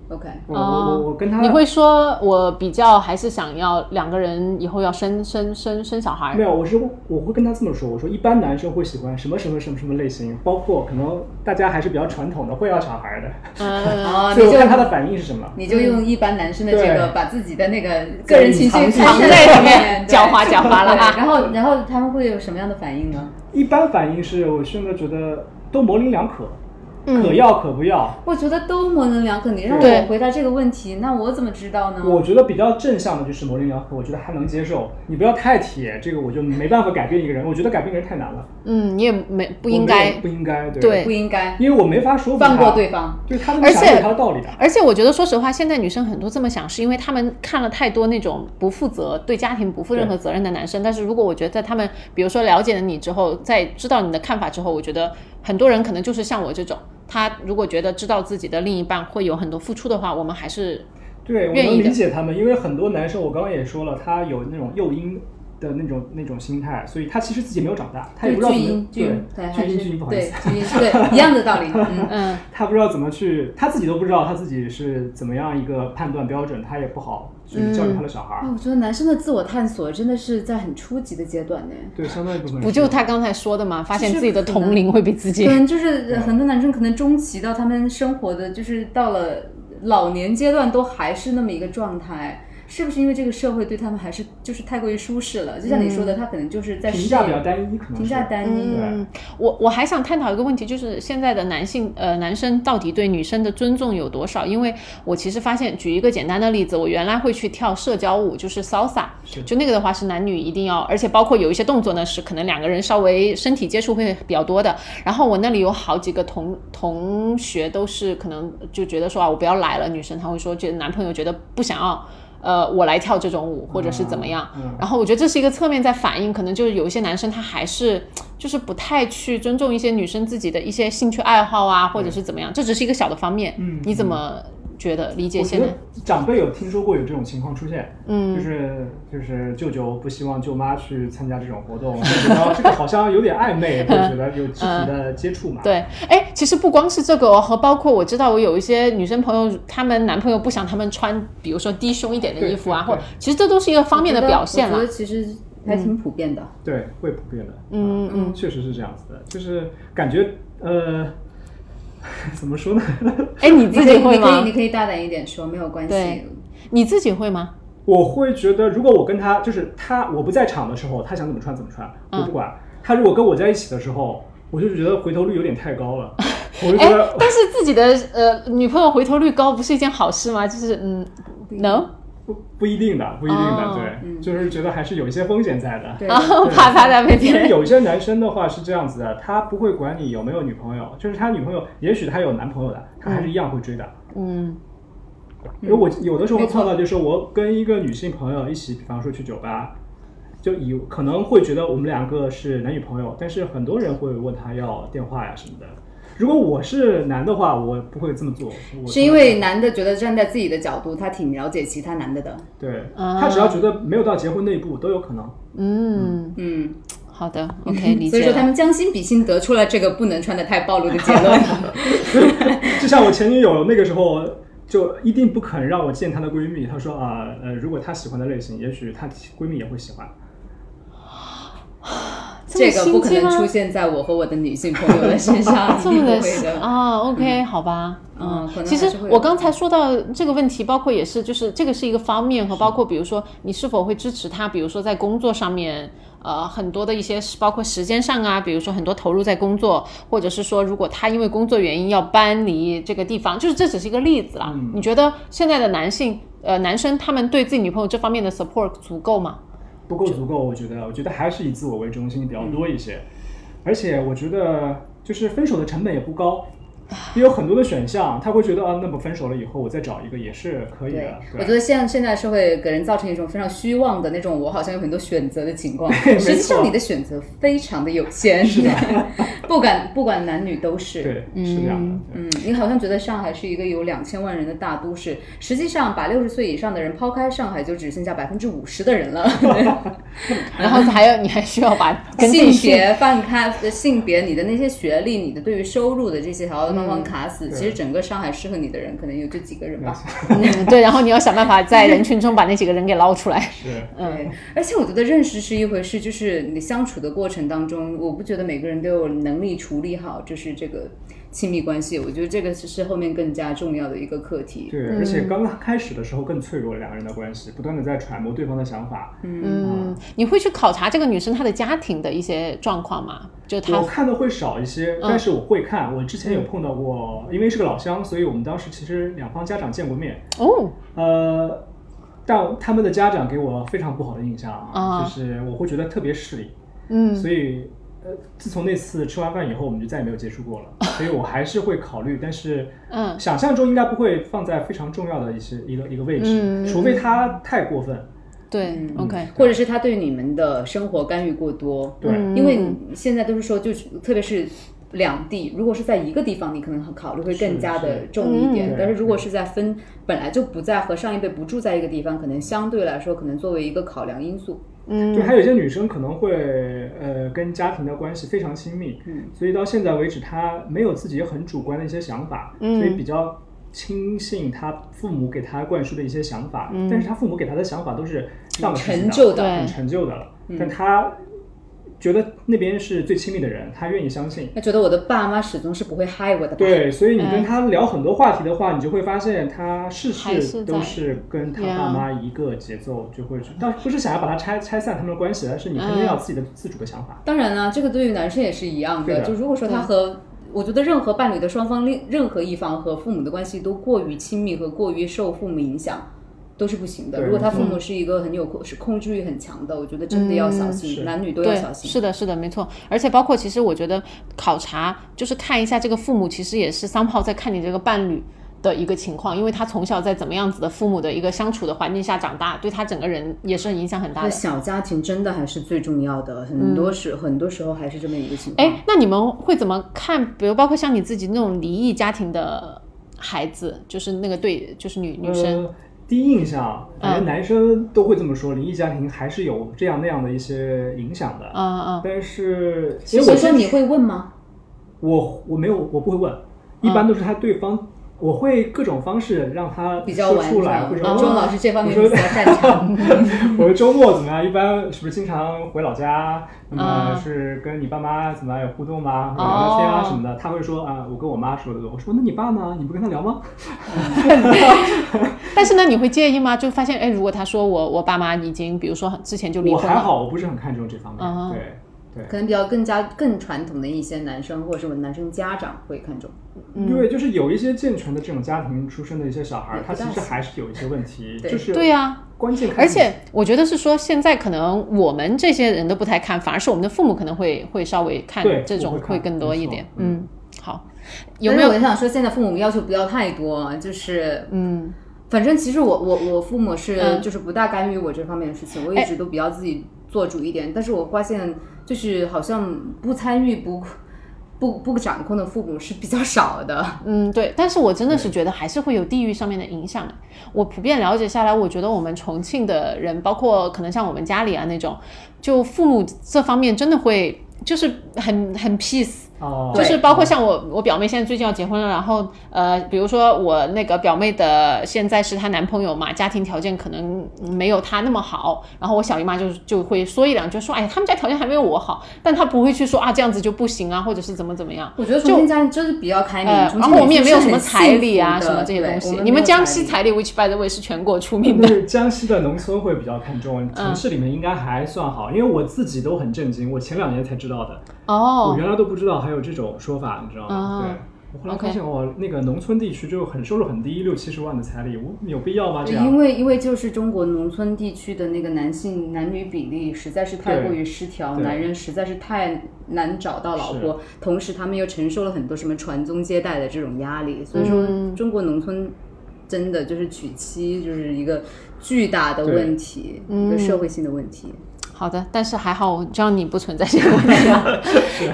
Speaker 2: OK，
Speaker 3: 我、
Speaker 4: 哦
Speaker 3: 我我我跟他
Speaker 4: 你会说，我比较还是想要两个人以后要生生生生小孩
Speaker 3: 没。有，我是我会跟他这么说，我说一般男生会喜欢什么什么什么什么类型，包括可能大家还是比较传统的，会要小孩的，
Speaker 4: 嗯，
Speaker 2: 啊，
Speaker 3: 所以
Speaker 2: 你
Speaker 3: 我
Speaker 2: 就
Speaker 3: 看他的反应是什么。
Speaker 2: 你就用一般男生的这个，
Speaker 3: 对
Speaker 2: 把自己的那个个人情绪
Speaker 3: 藏
Speaker 4: 藏在里面
Speaker 2: 面，对
Speaker 4: 狡猾狡猾了
Speaker 2: 对
Speaker 4: 哈。
Speaker 2: 然后，然后他们会有什么样的反应呢？
Speaker 3: 一般反应是，我现在觉得都模棱两可，
Speaker 4: 嗯
Speaker 3: 可要可不要。
Speaker 2: 我觉得都模棱两可。你让
Speaker 4: 对
Speaker 2: 我回答这个问题，那我怎么知道呢？
Speaker 3: 我觉得比较正向的就是模棱两可，我觉得还能接受。你不要太铁，这个我就没办法改变一个人。我觉得改变一个人太难了，
Speaker 4: 嗯，你也没不
Speaker 3: 不
Speaker 4: 应该。
Speaker 3: 不应该，对，
Speaker 4: 对
Speaker 2: 不应该
Speaker 3: 因为我没法说服
Speaker 2: 放过
Speaker 3: 他
Speaker 2: 对，方。
Speaker 3: 对他的
Speaker 4: 而
Speaker 3: 想
Speaker 4: 且
Speaker 3: 有他的道理的。
Speaker 4: 而且我觉得，说实话，现在女生很多这么想，是因为她们看了太多那种不负责、对家庭不负任何责任的男生。但是如果我觉得在他们，比如说了解了你之后，在知道你的看法之后，我觉得很多人可能就是像我这种，他如果觉得知道自己的另一半会有很多付出的话，我们还是
Speaker 3: 对，我
Speaker 4: 愿意
Speaker 3: 能
Speaker 4: 的
Speaker 3: 理解他们，因为很多男生，我刚刚也说了，他有那种诱因的那种那种心态，所以他其实自己没有长大，他也
Speaker 2: 对
Speaker 3: 不知道
Speaker 2: 巨
Speaker 3: 怎么
Speaker 2: 婴，巨
Speaker 3: 对
Speaker 2: 婴，对，还
Speaker 3: 巨
Speaker 2: 是
Speaker 3: 婴巨婴不好意
Speaker 2: 对
Speaker 3: 思，
Speaker 2: 巨婴，对，一样的道理，嗯，
Speaker 4: 嗯，
Speaker 3: 他不知道怎么去，他自己都不知道他自己是怎么样一个判断标准，他也不好去教育他的小孩儿
Speaker 4: 嗯
Speaker 2: 啊，，我觉得男生的自我探索真的是在很初级的阶段呢。
Speaker 3: 对，相当一部分
Speaker 4: 不
Speaker 3: 是
Speaker 4: 就他刚才说的吗？发现
Speaker 2: 其实
Speaker 4: 自己的
Speaker 2: 可能
Speaker 4: 同龄会比自己
Speaker 2: 可能就是很多男生可能中期到他们生活的就是到了老年阶段都还是那么一个状态，是不是因为这个社会对他们还是就是太过于舒适了？就像你说的，他可能就是在
Speaker 3: 评价
Speaker 2: 事
Speaker 3: 比
Speaker 2: 业
Speaker 3: 较单一，可能
Speaker 2: 评价
Speaker 3: 是
Speaker 2: 单一，
Speaker 4: 嗯，我我还想探讨一个问题，就是现在的男性呃男生到底对女生的尊重有多少？因为我其实发现，举一个简单的例子，我原来会去跳社交舞，就是 salsa，
Speaker 3: 是
Speaker 4: 就那个的话是男女一定要，而且包括有一些动作呢是可能两个人稍微身体接触会比较多的。然后我那里有好几个同同学都是可能就觉得说啊我不要来了，女生她会说觉得男朋友觉得不想要。呃，我来跳这种舞，或者是怎么样？
Speaker 3: 嗯嗯
Speaker 4: 然后我觉得这是一个侧面在反映，可能就是有一些男生他还是就是不太去尊重一些女生自己的一些兴趣爱好啊，或者是怎么样，这只是一个小的方面。
Speaker 3: 嗯
Speaker 4: 你怎么觉得理解
Speaker 3: 我觉
Speaker 4: 现在
Speaker 3: 得？长辈有听说过有这种情况出现，
Speaker 4: 嗯
Speaker 3: 就是就是舅舅不希望舅妈去参加这种活动，就觉得这个好像有点暧昧，会觉得有肢体的接触嘛。
Speaker 4: 对，哎，其实不光是这个哦，和包括我知道我有一些女生朋友，她们男朋友不想她们穿，比如说低胸一点的
Speaker 3: 对
Speaker 4: 衣服啊，
Speaker 3: 对
Speaker 4: 或
Speaker 3: 对
Speaker 4: 其实这都是一个方面的表现啊嗯
Speaker 2: 我
Speaker 4: 啦
Speaker 2: 觉得。其实还挺普遍的。
Speaker 3: 对，会普遍的，
Speaker 4: 嗯嗯，
Speaker 3: 确实是这样子的，就是感觉呃， 怎么说呢？
Speaker 4: 哎，你自己会
Speaker 2: 你可以，
Speaker 4: 吗
Speaker 2: 你？可以大胆一点说，没有关系
Speaker 4: 对。你自己会吗？
Speaker 3: 我会觉得，如果我跟他就是他我不在场的时候，他想怎么穿怎么穿，
Speaker 4: 嗯
Speaker 3: 我不管。他如果跟我在一起的时候，我就觉得回头率有点太高 了，我就觉
Speaker 4: 哎
Speaker 3: 得，
Speaker 4: 但是自己的呃女朋友回头率高不是一件好事吗？就是嗯，no，
Speaker 3: 不不一定的，不一定的，
Speaker 4: 哦
Speaker 3: 对，
Speaker 2: 嗯
Speaker 3: 就是觉得还是有一些风险在的。
Speaker 2: 对，
Speaker 4: 啊， 怕他在被别
Speaker 3: 因为
Speaker 4: 人
Speaker 3: 有一些男生的话是这样子的，他不会管你有没有女朋友，就是他女朋友，也许他有男朋友的，他还是一样会追的。
Speaker 4: 嗯
Speaker 3: 因为我有的时候会
Speaker 2: 嗯没错
Speaker 3: 碰到，就是我跟一个女性朋友一起，比方说去酒吧，就以可能会觉得我们两个是男女朋友，但是很多人会问他要电话呀什么的。如果我是男的话，我不会这么做，我
Speaker 2: 是因为男的觉得站在自己的角度，他挺了解其他男的的。
Speaker 3: 对
Speaker 4: 啊
Speaker 3: 他只要觉得没有到结婚那一步都有可能。
Speaker 4: 嗯，
Speaker 2: 嗯，
Speaker 4: 好的，OK，理
Speaker 2: 所以
Speaker 4: 解
Speaker 2: 说他
Speaker 4: 了。
Speaker 2: 们将心比心，得出了这个不能穿的太暴露的结 论。
Speaker 3: 就像我前女友那个时候，就一定不肯让我见她的闺蜜。她说啊，呃，如果她喜欢的类型，也许她闺蜜也会喜欢。
Speaker 2: 这
Speaker 4: 么
Speaker 2: 个不
Speaker 4: 心
Speaker 2: 可
Speaker 4: 机
Speaker 2: 能
Speaker 4: 吗？
Speaker 2: 出现在我和我的女性朋友的身 上，
Speaker 4: 这
Speaker 2: 一定
Speaker 4: 么
Speaker 2: 不
Speaker 4: 的
Speaker 2: 会
Speaker 4: 是
Speaker 2: 的。
Speaker 4: 啊，OK，好吧，
Speaker 2: 嗯可能
Speaker 4: 其
Speaker 2: 还
Speaker 4: 实
Speaker 2: 是会有
Speaker 4: 我刚才说到这个问题，包括也是，就是这个是一个方面，和包括比如说你是否会支持他，比如说在工作上面。呃，很多的一些包括时间上啊，比如说很多投入在工作，或者是说如果他因为工作原因要搬离这个地方，就是这只是一个例子啦。
Speaker 3: 嗯
Speaker 4: 你觉得现在的男性，呃，男生他们对自己女朋友这方面的 support 足够吗？
Speaker 3: 不够足够，我觉得，我觉得还是以自我为中心比较多一些，
Speaker 2: 嗯
Speaker 3: 而且我觉得就是分手的成本也不高，
Speaker 2: 啊
Speaker 3: 也有很多的选项，他会觉得啊，那么分手了以后我再找一个也是可以
Speaker 2: 对
Speaker 3: 的，，
Speaker 2: 我
Speaker 3: 对
Speaker 2: 觉得现现在社会给人造成一种非常虚妄的那种，我好像有很多选择的情况。
Speaker 3: 对没错
Speaker 2: 实际上，你的选择非常的有限，是吧？ 不管不管男女都是。
Speaker 3: 对，是这样的，对
Speaker 2: 嗯，你好像觉得上海是一个有两千万人的大都市，实际上把六十岁以上的人抛开，上海就只剩下百分之五十的人了。
Speaker 4: 然后还有，你还需要把跟自己
Speaker 2: 性
Speaker 4: 去
Speaker 2: 别放开，性别，你的那些学历，你的对于收入的这些条条框框卡死。
Speaker 3: 对
Speaker 2: 其实整个上海适合你的人，可能有这几个人吧。
Speaker 4: 嗯，对，然后你要想办法在人群中把那几个人给捞出来。
Speaker 3: 是。
Speaker 2: 对，嗯而且我觉得认识是一回事，就是你相处的过程当中，我不觉得每个人都有能力处理好，就是这个亲密关系。我觉得这个是是后面更加重要的一个课题。
Speaker 3: 对，而且刚刚开始的时候更脆弱，两个人的关系不断的在揣摩对方的想法。
Speaker 4: 嗯，你会去考察这个女生她的家庭的一些状况吗？就她
Speaker 3: 我，看的会少一
Speaker 2: 嗯
Speaker 3: 些，但是我会看。我之前有碰到过，因为是个老乡，所以我们当时其实两方家长见过面。
Speaker 4: 哦，
Speaker 3: 呃，但他们的家长给我非常不好的印象
Speaker 4: 啊
Speaker 3: 就是我会觉得特别势利，
Speaker 4: 嗯
Speaker 3: 所以呃，自从那次吃完饭以后，我们就再也没有接触过 了，所以我还是会考虑，但是
Speaker 4: 嗯
Speaker 3: 想象中应该不会放在非常重要的一些一个一个位置，
Speaker 4: 嗯嗯嗯
Speaker 3: 除非他太过分，
Speaker 4: 对，OK，
Speaker 2: 或者是他对你们的生活干预过多，
Speaker 3: 对。
Speaker 4: 嗯
Speaker 2: 因为你现在都是说，就是特别是两地，如果是在一个地方，你可能考虑会更加的重一
Speaker 3: 是
Speaker 2: 点
Speaker 3: 是；
Speaker 2: 但是
Speaker 3: 嗯
Speaker 2: 如果是在分本来就不在和上一辈不住在一个地方，可能相对来说，可能作为一个考量因素。
Speaker 4: 嗯
Speaker 3: 就还有一些女生可能会呃跟家庭的关系非常亲密，
Speaker 2: 嗯
Speaker 3: 所以到现在为止，她没有自己很主观的一些想法，
Speaker 4: 嗯
Speaker 3: 所以比较轻信她父母给她灌输的一些想法，
Speaker 4: 嗯
Speaker 3: 但是她父母给她的想法都是让
Speaker 2: 陈旧的嗯
Speaker 3: 很
Speaker 4: 对，
Speaker 3: 陈旧的了，
Speaker 4: 嗯
Speaker 3: 但她觉得那边是最亲密的人，她愿意相信。
Speaker 2: 他觉得我的爸妈始终是不会害我的吧？，
Speaker 3: 对，所以你
Speaker 4: 哎
Speaker 3: 跟她聊很多话题的话，你就会发现她事
Speaker 4: 还是
Speaker 3: 事都
Speaker 4: 在
Speaker 3: 是跟她爸妈一个节奏，就会去。但不是想要把它拆拆散他们的关系，而是你
Speaker 4: 嗯
Speaker 3: 肯定要有自己的自主的想法。
Speaker 2: 当然啦，这个对于男生也是一样
Speaker 3: 对
Speaker 2: 的。
Speaker 3: 的
Speaker 2: 就如果说他和我觉得任何伴侣的双方，另任何一方和父母的关系都过于亲密和过于受父母影响，都是不行的。
Speaker 3: 对
Speaker 2: 如果他父母是一个很有控是控制欲很强的，我觉得真的要小心，
Speaker 3: 是
Speaker 2: 男女都要
Speaker 4: 对
Speaker 2: 小，心。
Speaker 4: 是的，是的，没错。而且包括，其实我觉得考察就是看一下这个父母，其实也是 somehow 在看你这个伴侣的一个情况，因为他从小在怎么样子的父母的一个相处的环境下长大，对他整个人也是影响很大
Speaker 2: 那
Speaker 4: 的。
Speaker 2: 小家庭真的还是最重要的，很多时、很多时候还是这么一个情况。
Speaker 4: 哎，那你们会怎么看？比如包括像你自己那种离异家庭的孩子，就是那个对，就是女女生，
Speaker 3: 呃第一印象，感觉
Speaker 4: 嗯
Speaker 3: 男生都会这么说，离异家庭还是有这样那样的一些影响的。
Speaker 4: 嗯嗯
Speaker 3: 但是，其
Speaker 2: 所
Speaker 3: 实
Speaker 2: 以
Speaker 3: 我
Speaker 2: 说你会问吗？
Speaker 3: 我我没有我不会问，一
Speaker 4: 嗯
Speaker 3: 般都是他对方，我会各种方式让他
Speaker 2: 比较
Speaker 3: 说
Speaker 2: 完
Speaker 3: 出
Speaker 2: 整
Speaker 3: 来，或
Speaker 4: 嗯
Speaker 3: 者
Speaker 2: 啊，钟老师这方面
Speaker 3: 我
Speaker 2: 比
Speaker 3: 说
Speaker 2: 较擅长。
Speaker 3: 我说周末怎么样？一般是不是经常回老家？那么
Speaker 4: 啊
Speaker 3: 是跟你爸妈怎么样有互动吗？或者聊聊天啊
Speaker 4: 哦
Speaker 3: 什么的？他会说啊，我跟我妈说的多。我说那你爸呢？你不跟他聊吗？
Speaker 4: 但是呢，你会介意吗？就发现，哎，如果他说我我爸妈已经，比如说之前就离
Speaker 3: 我
Speaker 4: 婚
Speaker 3: 还
Speaker 4: 了，
Speaker 3: 好，我不是很看重这方
Speaker 4: 嗯
Speaker 3: 面。对对，
Speaker 2: 可能比较更加更传统的一些男生或者是男生家长会看重。
Speaker 3: 因为就是有一些健全的这种家庭出身的一些小孩
Speaker 2: 嗯也
Speaker 3: 儿，
Speaker 2: 不
Speaker 3: 他其
Speaker 2: 大
Speaker 3: 实
Speaker 2: 行
Speaker 3: 还是有一些问题，
Speaker 2: 对
Speaker 3: 就是
Speaker 4: 对呀、
Speaker 3: 关键看
Speaker 4: 而
Speaker 3: 你
Speaker 4: 且我觉得是说，现在可能我们这些人都不太看，反而是我们的父母可能会会稍微看
Speaker 3: 对
Speaker 4: 这
Speaker 3: 我
Speaker 4: 种
Speaker 3: 会看
Speaker 4: 会更多一点。
Speaker 3: 没错
Speaker 4: 嗯，好，有没
Speaker 2: 但是
Speaker 4: 有
Speaker 2: 我？想说，现在父母要求不要太多，就是
Speaker 4: 嗯，
Speaker 2: 反正其实我我我父母是、
Speaker 4: 嗯
Speaker 2: 就是不大干预我这方面的事情，我一直都比较自己做主一点。但是我发现就是好像不参与不不不掌控的父母是比较少的。
Speaker 4: 嗯，对，但是我真的是觉得还是会有地域上面的影响。我普遍了解下来，我觉得我们重庆的人，包括可能像我们家里啊那种，就父母这方面真的会就是很很 peace。
Speaker 3: 哦，
Speaker 4: 就是
Speaker 2: 嗯
Speaker 4: 包括像我，我表妹现在最近要结婚了，然后呃，比如说我那个表妹的现在是她男朋友嘛，家庭条件可能没有她那么好，然后我小姨妈就就会说一两句，说哎呀，他们家条件还没有我好，但她不会去说啊这样子就不行啊，或者是怎么怎么样。
Speaker 2: 我觉得重庆家人真的比较开明，
Speaker 4: 呃，
Speaker 2: 重庆
Speaker 4: 然后我们也
Speaker 2: 人
Speaker 4: 没
Speaker 2: 是
Speaker 4: 有什么
Speaker 2: 很
Speaker 4: 彩礼啊，
Speaker 2: 幸
Speaker 4: 什
Speaker 2: 福
Speaker 4: 么
Speaker 2: 的
Speaker 4: 这些
Speaker 2: 对
Speaker 4: 东
Speaker 2: 我
Speaker 4: 西。
Speaker 2: 们
Speaker 4: 你
Speaker 2: 没
Speaker 4: 们
Speaker 2: 有
Speaker 4: 江西
Speaker 2: 礼
Speaker 4: 彩礼，which by the way 是全国出名
Speaker 3: 就
Speaker 4: 的。
Speaker 3: 是江西的农村会比较看
Speaker 4: 嗯
Speaker 3: 重，城市里面应该还算好，因为我自己都很震惊，我前两年才知道的，我
Speaker 4: 哦，
Speaker 3: 原来都不知道还有这种说法，你知道吗？
Speaker 4: 哦
Speaker 3: 对。我后来发现哦，那个农村地区就很收入很低，六七十万的彩礼，我有必要吗？这样
Speaker 2: 因为因为就是中国农村地区的那个男性男女比例实在是太
Speaker 3: 对
Speaker 2: 过于失调，
Speaker 3: 对
Speaker 2: 男人实在是太难找到老婆，同时他们又承受了很多什么传宗接代的这种压力，所以说
Speaker 4: 嗯
Speaker 2: 中国农村真的就是娶妻就是一个巨大的问题，一
Speaker 4: 嗯
Speaker 2: 个社会性的问题。
Speaker 4: 好的，但是还好，我知道你不存在这个问题 啊。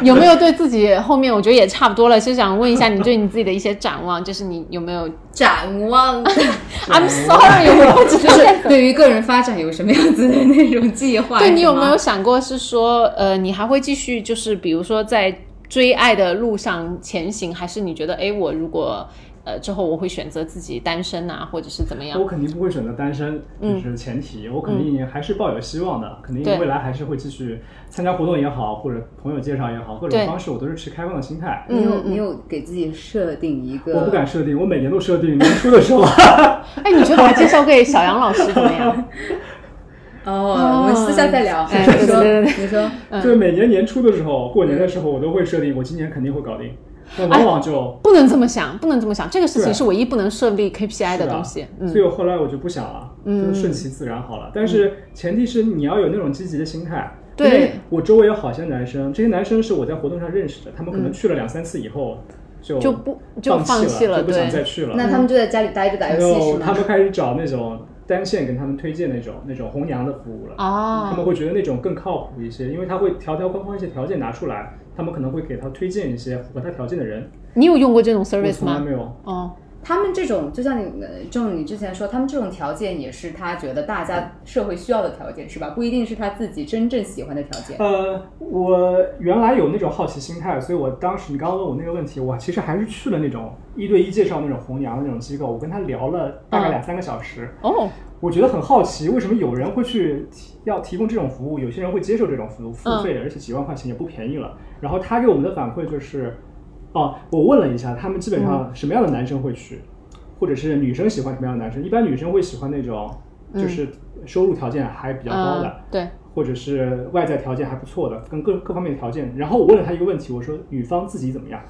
Speaker 4: 有没有对自己后面，我觉得也差不多了，就想问一下你对你自己的一些展望，就是你有没有
Speaker 2: 展 望
Speaker 4: ？I'm sorry，我不知
Speaker 2: 就
Speaker 4: 道
Speaker 2: 是
Speaker 4: 该
Speaker 2: 对于个人发展有什么样子的那种计划？
Speaker 4: 对你有
Speaker 2: 是
Speaker 4: 没
Speaker 2: 吗
Speaker 4: 有想过是说，呃，你还会继续就是比如说在追爱的路上前行，还是你觉得，哎，我如果呃之后我会选择自己单身啊，或者是怎么样
Speaker 3: 我？肯定不会选择单身，就是前提，我肯定还是抱有希望的，肯定
Speaker 4: 嗯对
Speaker 3: 未来还是会继续参加活动也好，或者朋友介绍也好，各
Speaker 4: 对
Speaker 3: 种方式我都是持开放的心态。
Speaker 2: 你有
Speaker 4: 嗯嗯
Speaker 2: 你有给自己设定一
Speaker 4: 嗯
Speaker 2: 个？
Speaker 3: 我不敢设定，我每年都设定年初的时候，
Speaker 4: 哎，你觉得我介绍给小杨老师怎么样？
Speaker 2: 哦，我们私下再聊。
Speaker 4: 哎
Speaker 2: 你说，
Speaker 4: 对对
Speaker 2: 你说，
Speaker 4: 嗯
Speaker 3: 就是每年年初的时候，过年的时候，我都会设定，我今年肯定会搞定。那往往就
Speaker 4: 不能这么想，不能这么想，这个事情
Speaker 3: 对啊
Speaker 4: 是唯一不能设立 KPI
Speaker 3: 是啊
Speaker 4: 的东西。嗯
Speaker 3: 所以我后来我就不想了，就顺其自然好了。但是前提是你要有那种积极的心态。
Speaker 4: 对
Speaker 3: 因为我周围有好些男生，这些男生是我在活动上认识的，他们可能去了两三次以后就
Speaker 4: 嗯就不就
Speaker 3: 放
Speaker 4: 放弃
Speaker 3: 了，
Speaker 4: 了
Speaker 3: 就不想
Speaker 4: 对
Speaker 3: 再去了。
Speaker 2: 那他们就在家里待着打游
Speaker 3: 然
Speaker 2: 戏是
Speaker 3: 后他
Speaker 2: 吗？
Speaker 3: 们开始找那种单线给他们推荐那种那种红娘的服务了。
Speaker 4: 啊
Speaker 3: 他们会觉得那种更靠谱一些，因为他会条条框框一些条件拿出来，他们可能会给他推荐一些符合他条件的人。
Speaker 4: 你有用过这种
Speaker 3: 我
Speaker 4: service
Speaker 3: 从来
Speaker 4: 吗
Speaker 3: 没？有，
Speaker 4: 哦，
Speaker 2: 他们这种，就像你，呃正如你之前说，他们这种条件也是他觉得大家社会需要的条件，是吧？不一定是他自己真正喜欢的条件。
Speaker 3: 呃，我原来有那种好奇心态，所以我当时你刚刚问我那个问题，我其实还是去了那种一对一介绍那种红娘的那种机构，我跟他聊了大
Speaker 4: 嗯
Speaker 3: 概两三个小时，
Speaker 4: 哦，
Speaker 3: 我觉得很好奇，为什么有人会去提要提供这种服务，有些人会接受这种服务付费，而且几万块钱也不便宜了。然后他给我们的反馈就是，哦，我问了一下，他们基本上什么样的男生会去，或者是女生喜欢什么样的男生？一般女生会喜欢那种就是收入条件还比较高的，
Speaker 4: 嗯对，
Speaker 3: 或者是外在条件还不错的，跟各各方面的条件。然后我问了他一个问题，我说女方自己怎么样？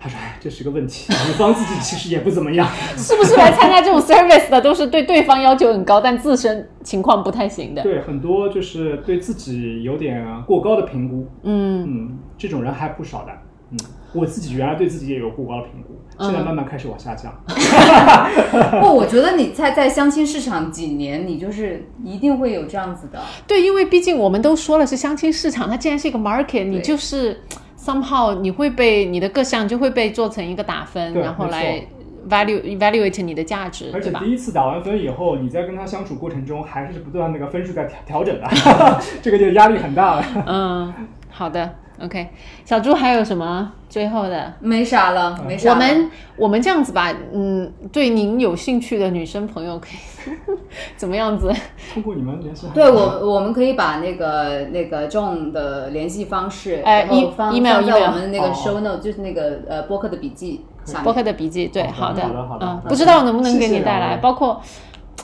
Speaker 3: 他说：“哎，这是个问题，女方自己其实也不怎么样。”
Speaker 4: 是不是来参加这种 service 的都是对对方要求很高，但自身情况不太行的？
Speaker 3: 对，很多就是对自己有点过高的评估，
Speaker 4: 嗯，
Speaker 3: 嗯，这种人还不少的。嗯，我自己原来对自己也有过高的评估，现
Speaker 4: 嗯
Speaker 3: 在慢慢开始往下降。
Speaker 2: 不，我觉得你在在相亲市场几年，你就是一定会有这样子的。
Speaker 4: 对，因为毕竟我们都说了是相亲市场，它既然是一个 market，你就是 somehow 你会被你的各项就会被做成一个打分，
Speaker 3: 对
Speaker 4: 然后
Speaker 3: 没错
Speaker 4: 来 value evaluate 你的价值，
Speaker 3: 而
Speaker 4: 对
Speaker 3: 且
Speaker 4: 吧
Speaker 3: 第？一次打完分以后，你在跟他相处过程中，还是不断那个分数在调调整的， 这个就压力很大了。
Speaker 4: 嗯，好的，OK。小猪还有什么最后的？
Speaker 2: 没啥了，没啥
Speaker 4: 我
Speaker 2: 了。
Speaker 4: 们我们这样子吧，嗯，对您有兴趣的女生朋友可以 怎么样子？
Speaker 3: 通过你们联系还是，
Speaker 2: 对我，我们可以把那个那个 John 的联系方式，
Speaker 4: 哎
Speaker 2: 然后
Speaker 4: e-
Speaker 2: 放
Speaker 4: email，
Speaker 2: 放在
Speaker 4: email
Speaker 2: 我们那个
Speaker 3: 哦
Speaker 2: show note，就是那个呃播客的笔记下
Speaker 4: 播
Speaker 2: 面。
Speaker 4: 客的笔记，对，
Speaker 3: 好
Speaker 4: 的
Speaker 3: 的好的好，的
Speaker 4: 嗯，
Speaker 3: 那
Speaker 4: 不知道能不能
Speaker 3: 谢谢
Speaker 4: 给你带
Speaker 3: 两
Speaker 4: 来，
Speaker 3: 位
Speaker 4: 包括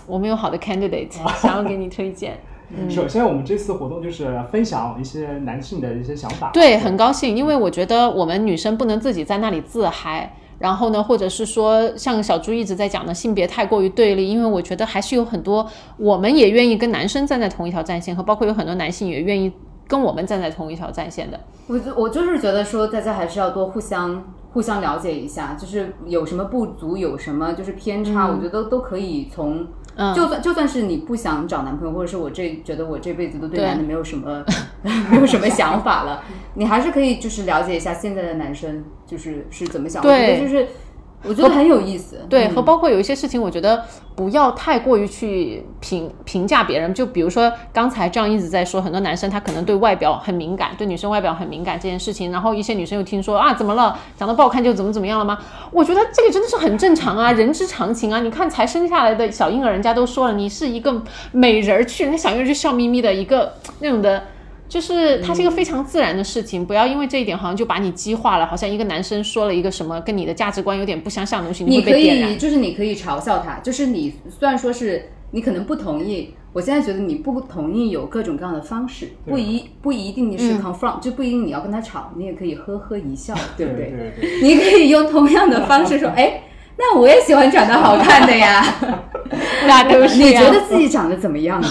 Speaker 4: 我们有好 的 candidate 想要给你推荐，
Speaker 3: 嗯首先我们这次活动就是分享一些男性的一些想法。
Speaker 4: 对，很高兴，因为我觉得我们女生不能自己在那里自嗨。然后呢，或者是说，像小猪一直在讲的，性别太过于对立，因为我觉得还是有很多，我们也愿意跟男生站在同一条战线，和包括有很多男性也愿意跟我们站在同一条战线的。
Speaker 2: 我就我就是觉得说，大家还是要多互相互相了解一下，就是有什么不足，有什么就是偏差，我觉得都可以从。
Speaker 4: 嗯
Speaker 2: 就算就算是你不想找男朋友，或者是我这觉得我这辈子都对
Speaker 4: 对
Speaker 2: 男的没有什 么没有什么想法了，你还是可以就是了解一下现在的男生就是是怎么想，我觉
Speaker 4: 对
Speaker 2: 得就是我觉得很有意思。
Speaker 4: 对，
Speaker 2: 嗯
Speaker 4: 和包括有一些事情，我觉得不要太过于去评评价别人。就比如说刚才这样一直在说，很多男生他可能对外表很敏感，对女生外表很敏感这件事情，然后一些女生又听说啊怎么了，长得不好看就怎么怎么样了吗？我觉得这个真的是很正常啊，人之常情啊。你看才生下来的小婴儿，人家都说了，你是一个美人儿去，人家小婴儿就笑眯眯的一个那种的。就是它是一个非常自然的事情，不要因为这一点好像就把你激化了，好像一个男生说了一个什么跟你的价值观有点不相像的东西，
Speaker 2: 你
Speaker 4: 会
Speaker 2: 可
Speaker 4: 被点燃
Speaker 2: 以。就是你可以嘲笑他，就是你虽然说是你可能不同意，我现在觉得你不同意有各种各样的方式，
Speaker 3: 对
Speaker 2: 不一不一定
Speaker 4: 嗯
Speaker 2: 是 confront，、就不一定你要跟他吵，你也可以呵呵一 笑，对不
Speaker 3: 对对对。
Speaker 2: 你可以用同样的方式 说，哎。那我也喜欢长得好看的 呀，
Speaker 4: 那啊都哎是
Speaker 2: 你
Speaker 4: 呀
Speaker 2: 觉得自己长得怎么样 呢？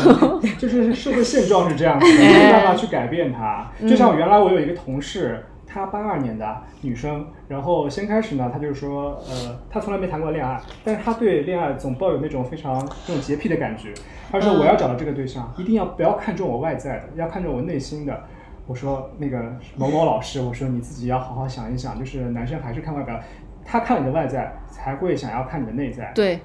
Speaker 3: 就是社会现状是这样子的，没有办法去改变它。就像原来我有一个同事，她八二年的女生，然后先开始呢，她就是说，呃，她从来没谈过恋爱，但是她对恋爱总抱有那种非常那种洁癖的感觉。她说我要找到这个对象，一定要不要看重我外在的，要看重我内心的。我说那个某某老师，我说你自己要好好想一想，就是男生还是看外表，他看你的外在，才会想要看你的内在。
Speaker 4: 对，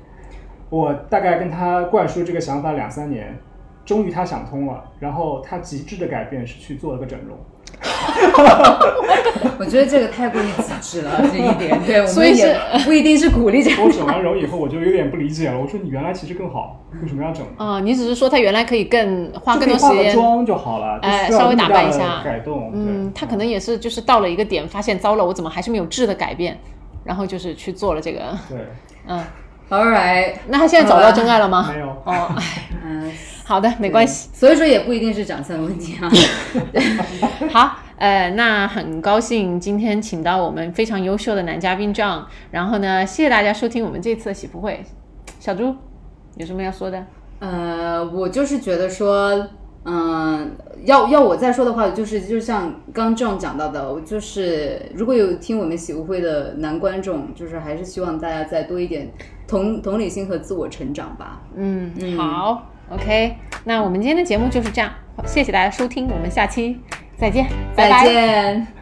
Speaker 3: 我大概跟他灌输这个想法两三年，终于他想通了。然后他极致的改变是去做了个整容，
Speaker 2: 我觉得这个太过于极致了，这一点，对，我
Speaker 4: 所以
Speaker 2: 们也不一定是鼓励这样
Speaker 3: 我整完容以后，我就有点不理解了。我说你原来其实更好，为什么要 整？
Speaker 4: 啊、你只是说他原来可以更花
Speaker 3: 就
Speaker 4: 更
Speaker 3: 可以
Speaker 4: 多
Speaker 3: 化
Speaker 4: 时
Speaker 3: 个
Speaker 4: 间，
Speaker 3: 妆就好了，
Speaker 4: 哎
Speaker 3: 就需要
Speaker 4: 稍微
Speaker 3: 那么
Speaker 4: 打扮
Speaker 3: 大
Speaker 4: 一
Speaker 3: 的
Speaker 4: 下
Speaker 3: 改动。
Speaker 4: 嗯
Speaker 3: 对，
Speaker 4: 他可能也是就是到了一个点，发现糟了，我怎么还是没有质的改变，然后就是去做了这个，
Speaker 3: 对，
Speaker 4: 嗯，
Speaker 2: All right，
Speaker 4: 那他现在找到真爱了吗
Speaker 3: 没？有。
Speaker 4: 哦，哎
Speaker 2: 嗯、
Speaker 4: 好的，没关系，
Speaker 2: 所以说也不一定是长相的问题啊。
Speaker 4: 好。呃，那很高兴今天请到我们非常优秀的男嘉宾 John，然后呢，谢谢大家收听我们这次的喜福会。小猪有什么要说的？
Speaker 2: 呃，我就是觉得说，嗯、要要我再说的话，就是就像刚这样讲到的，我就是如果有听我们喜舞会的男观众，就是还是希望大家再多一点同同理心和自我成长吧。
Speaker 4: 嗯，好，OK，那我们今天的节目就是这样，谢谢大家收听，我们下期再见，拜拜
Speaker 2: 再见。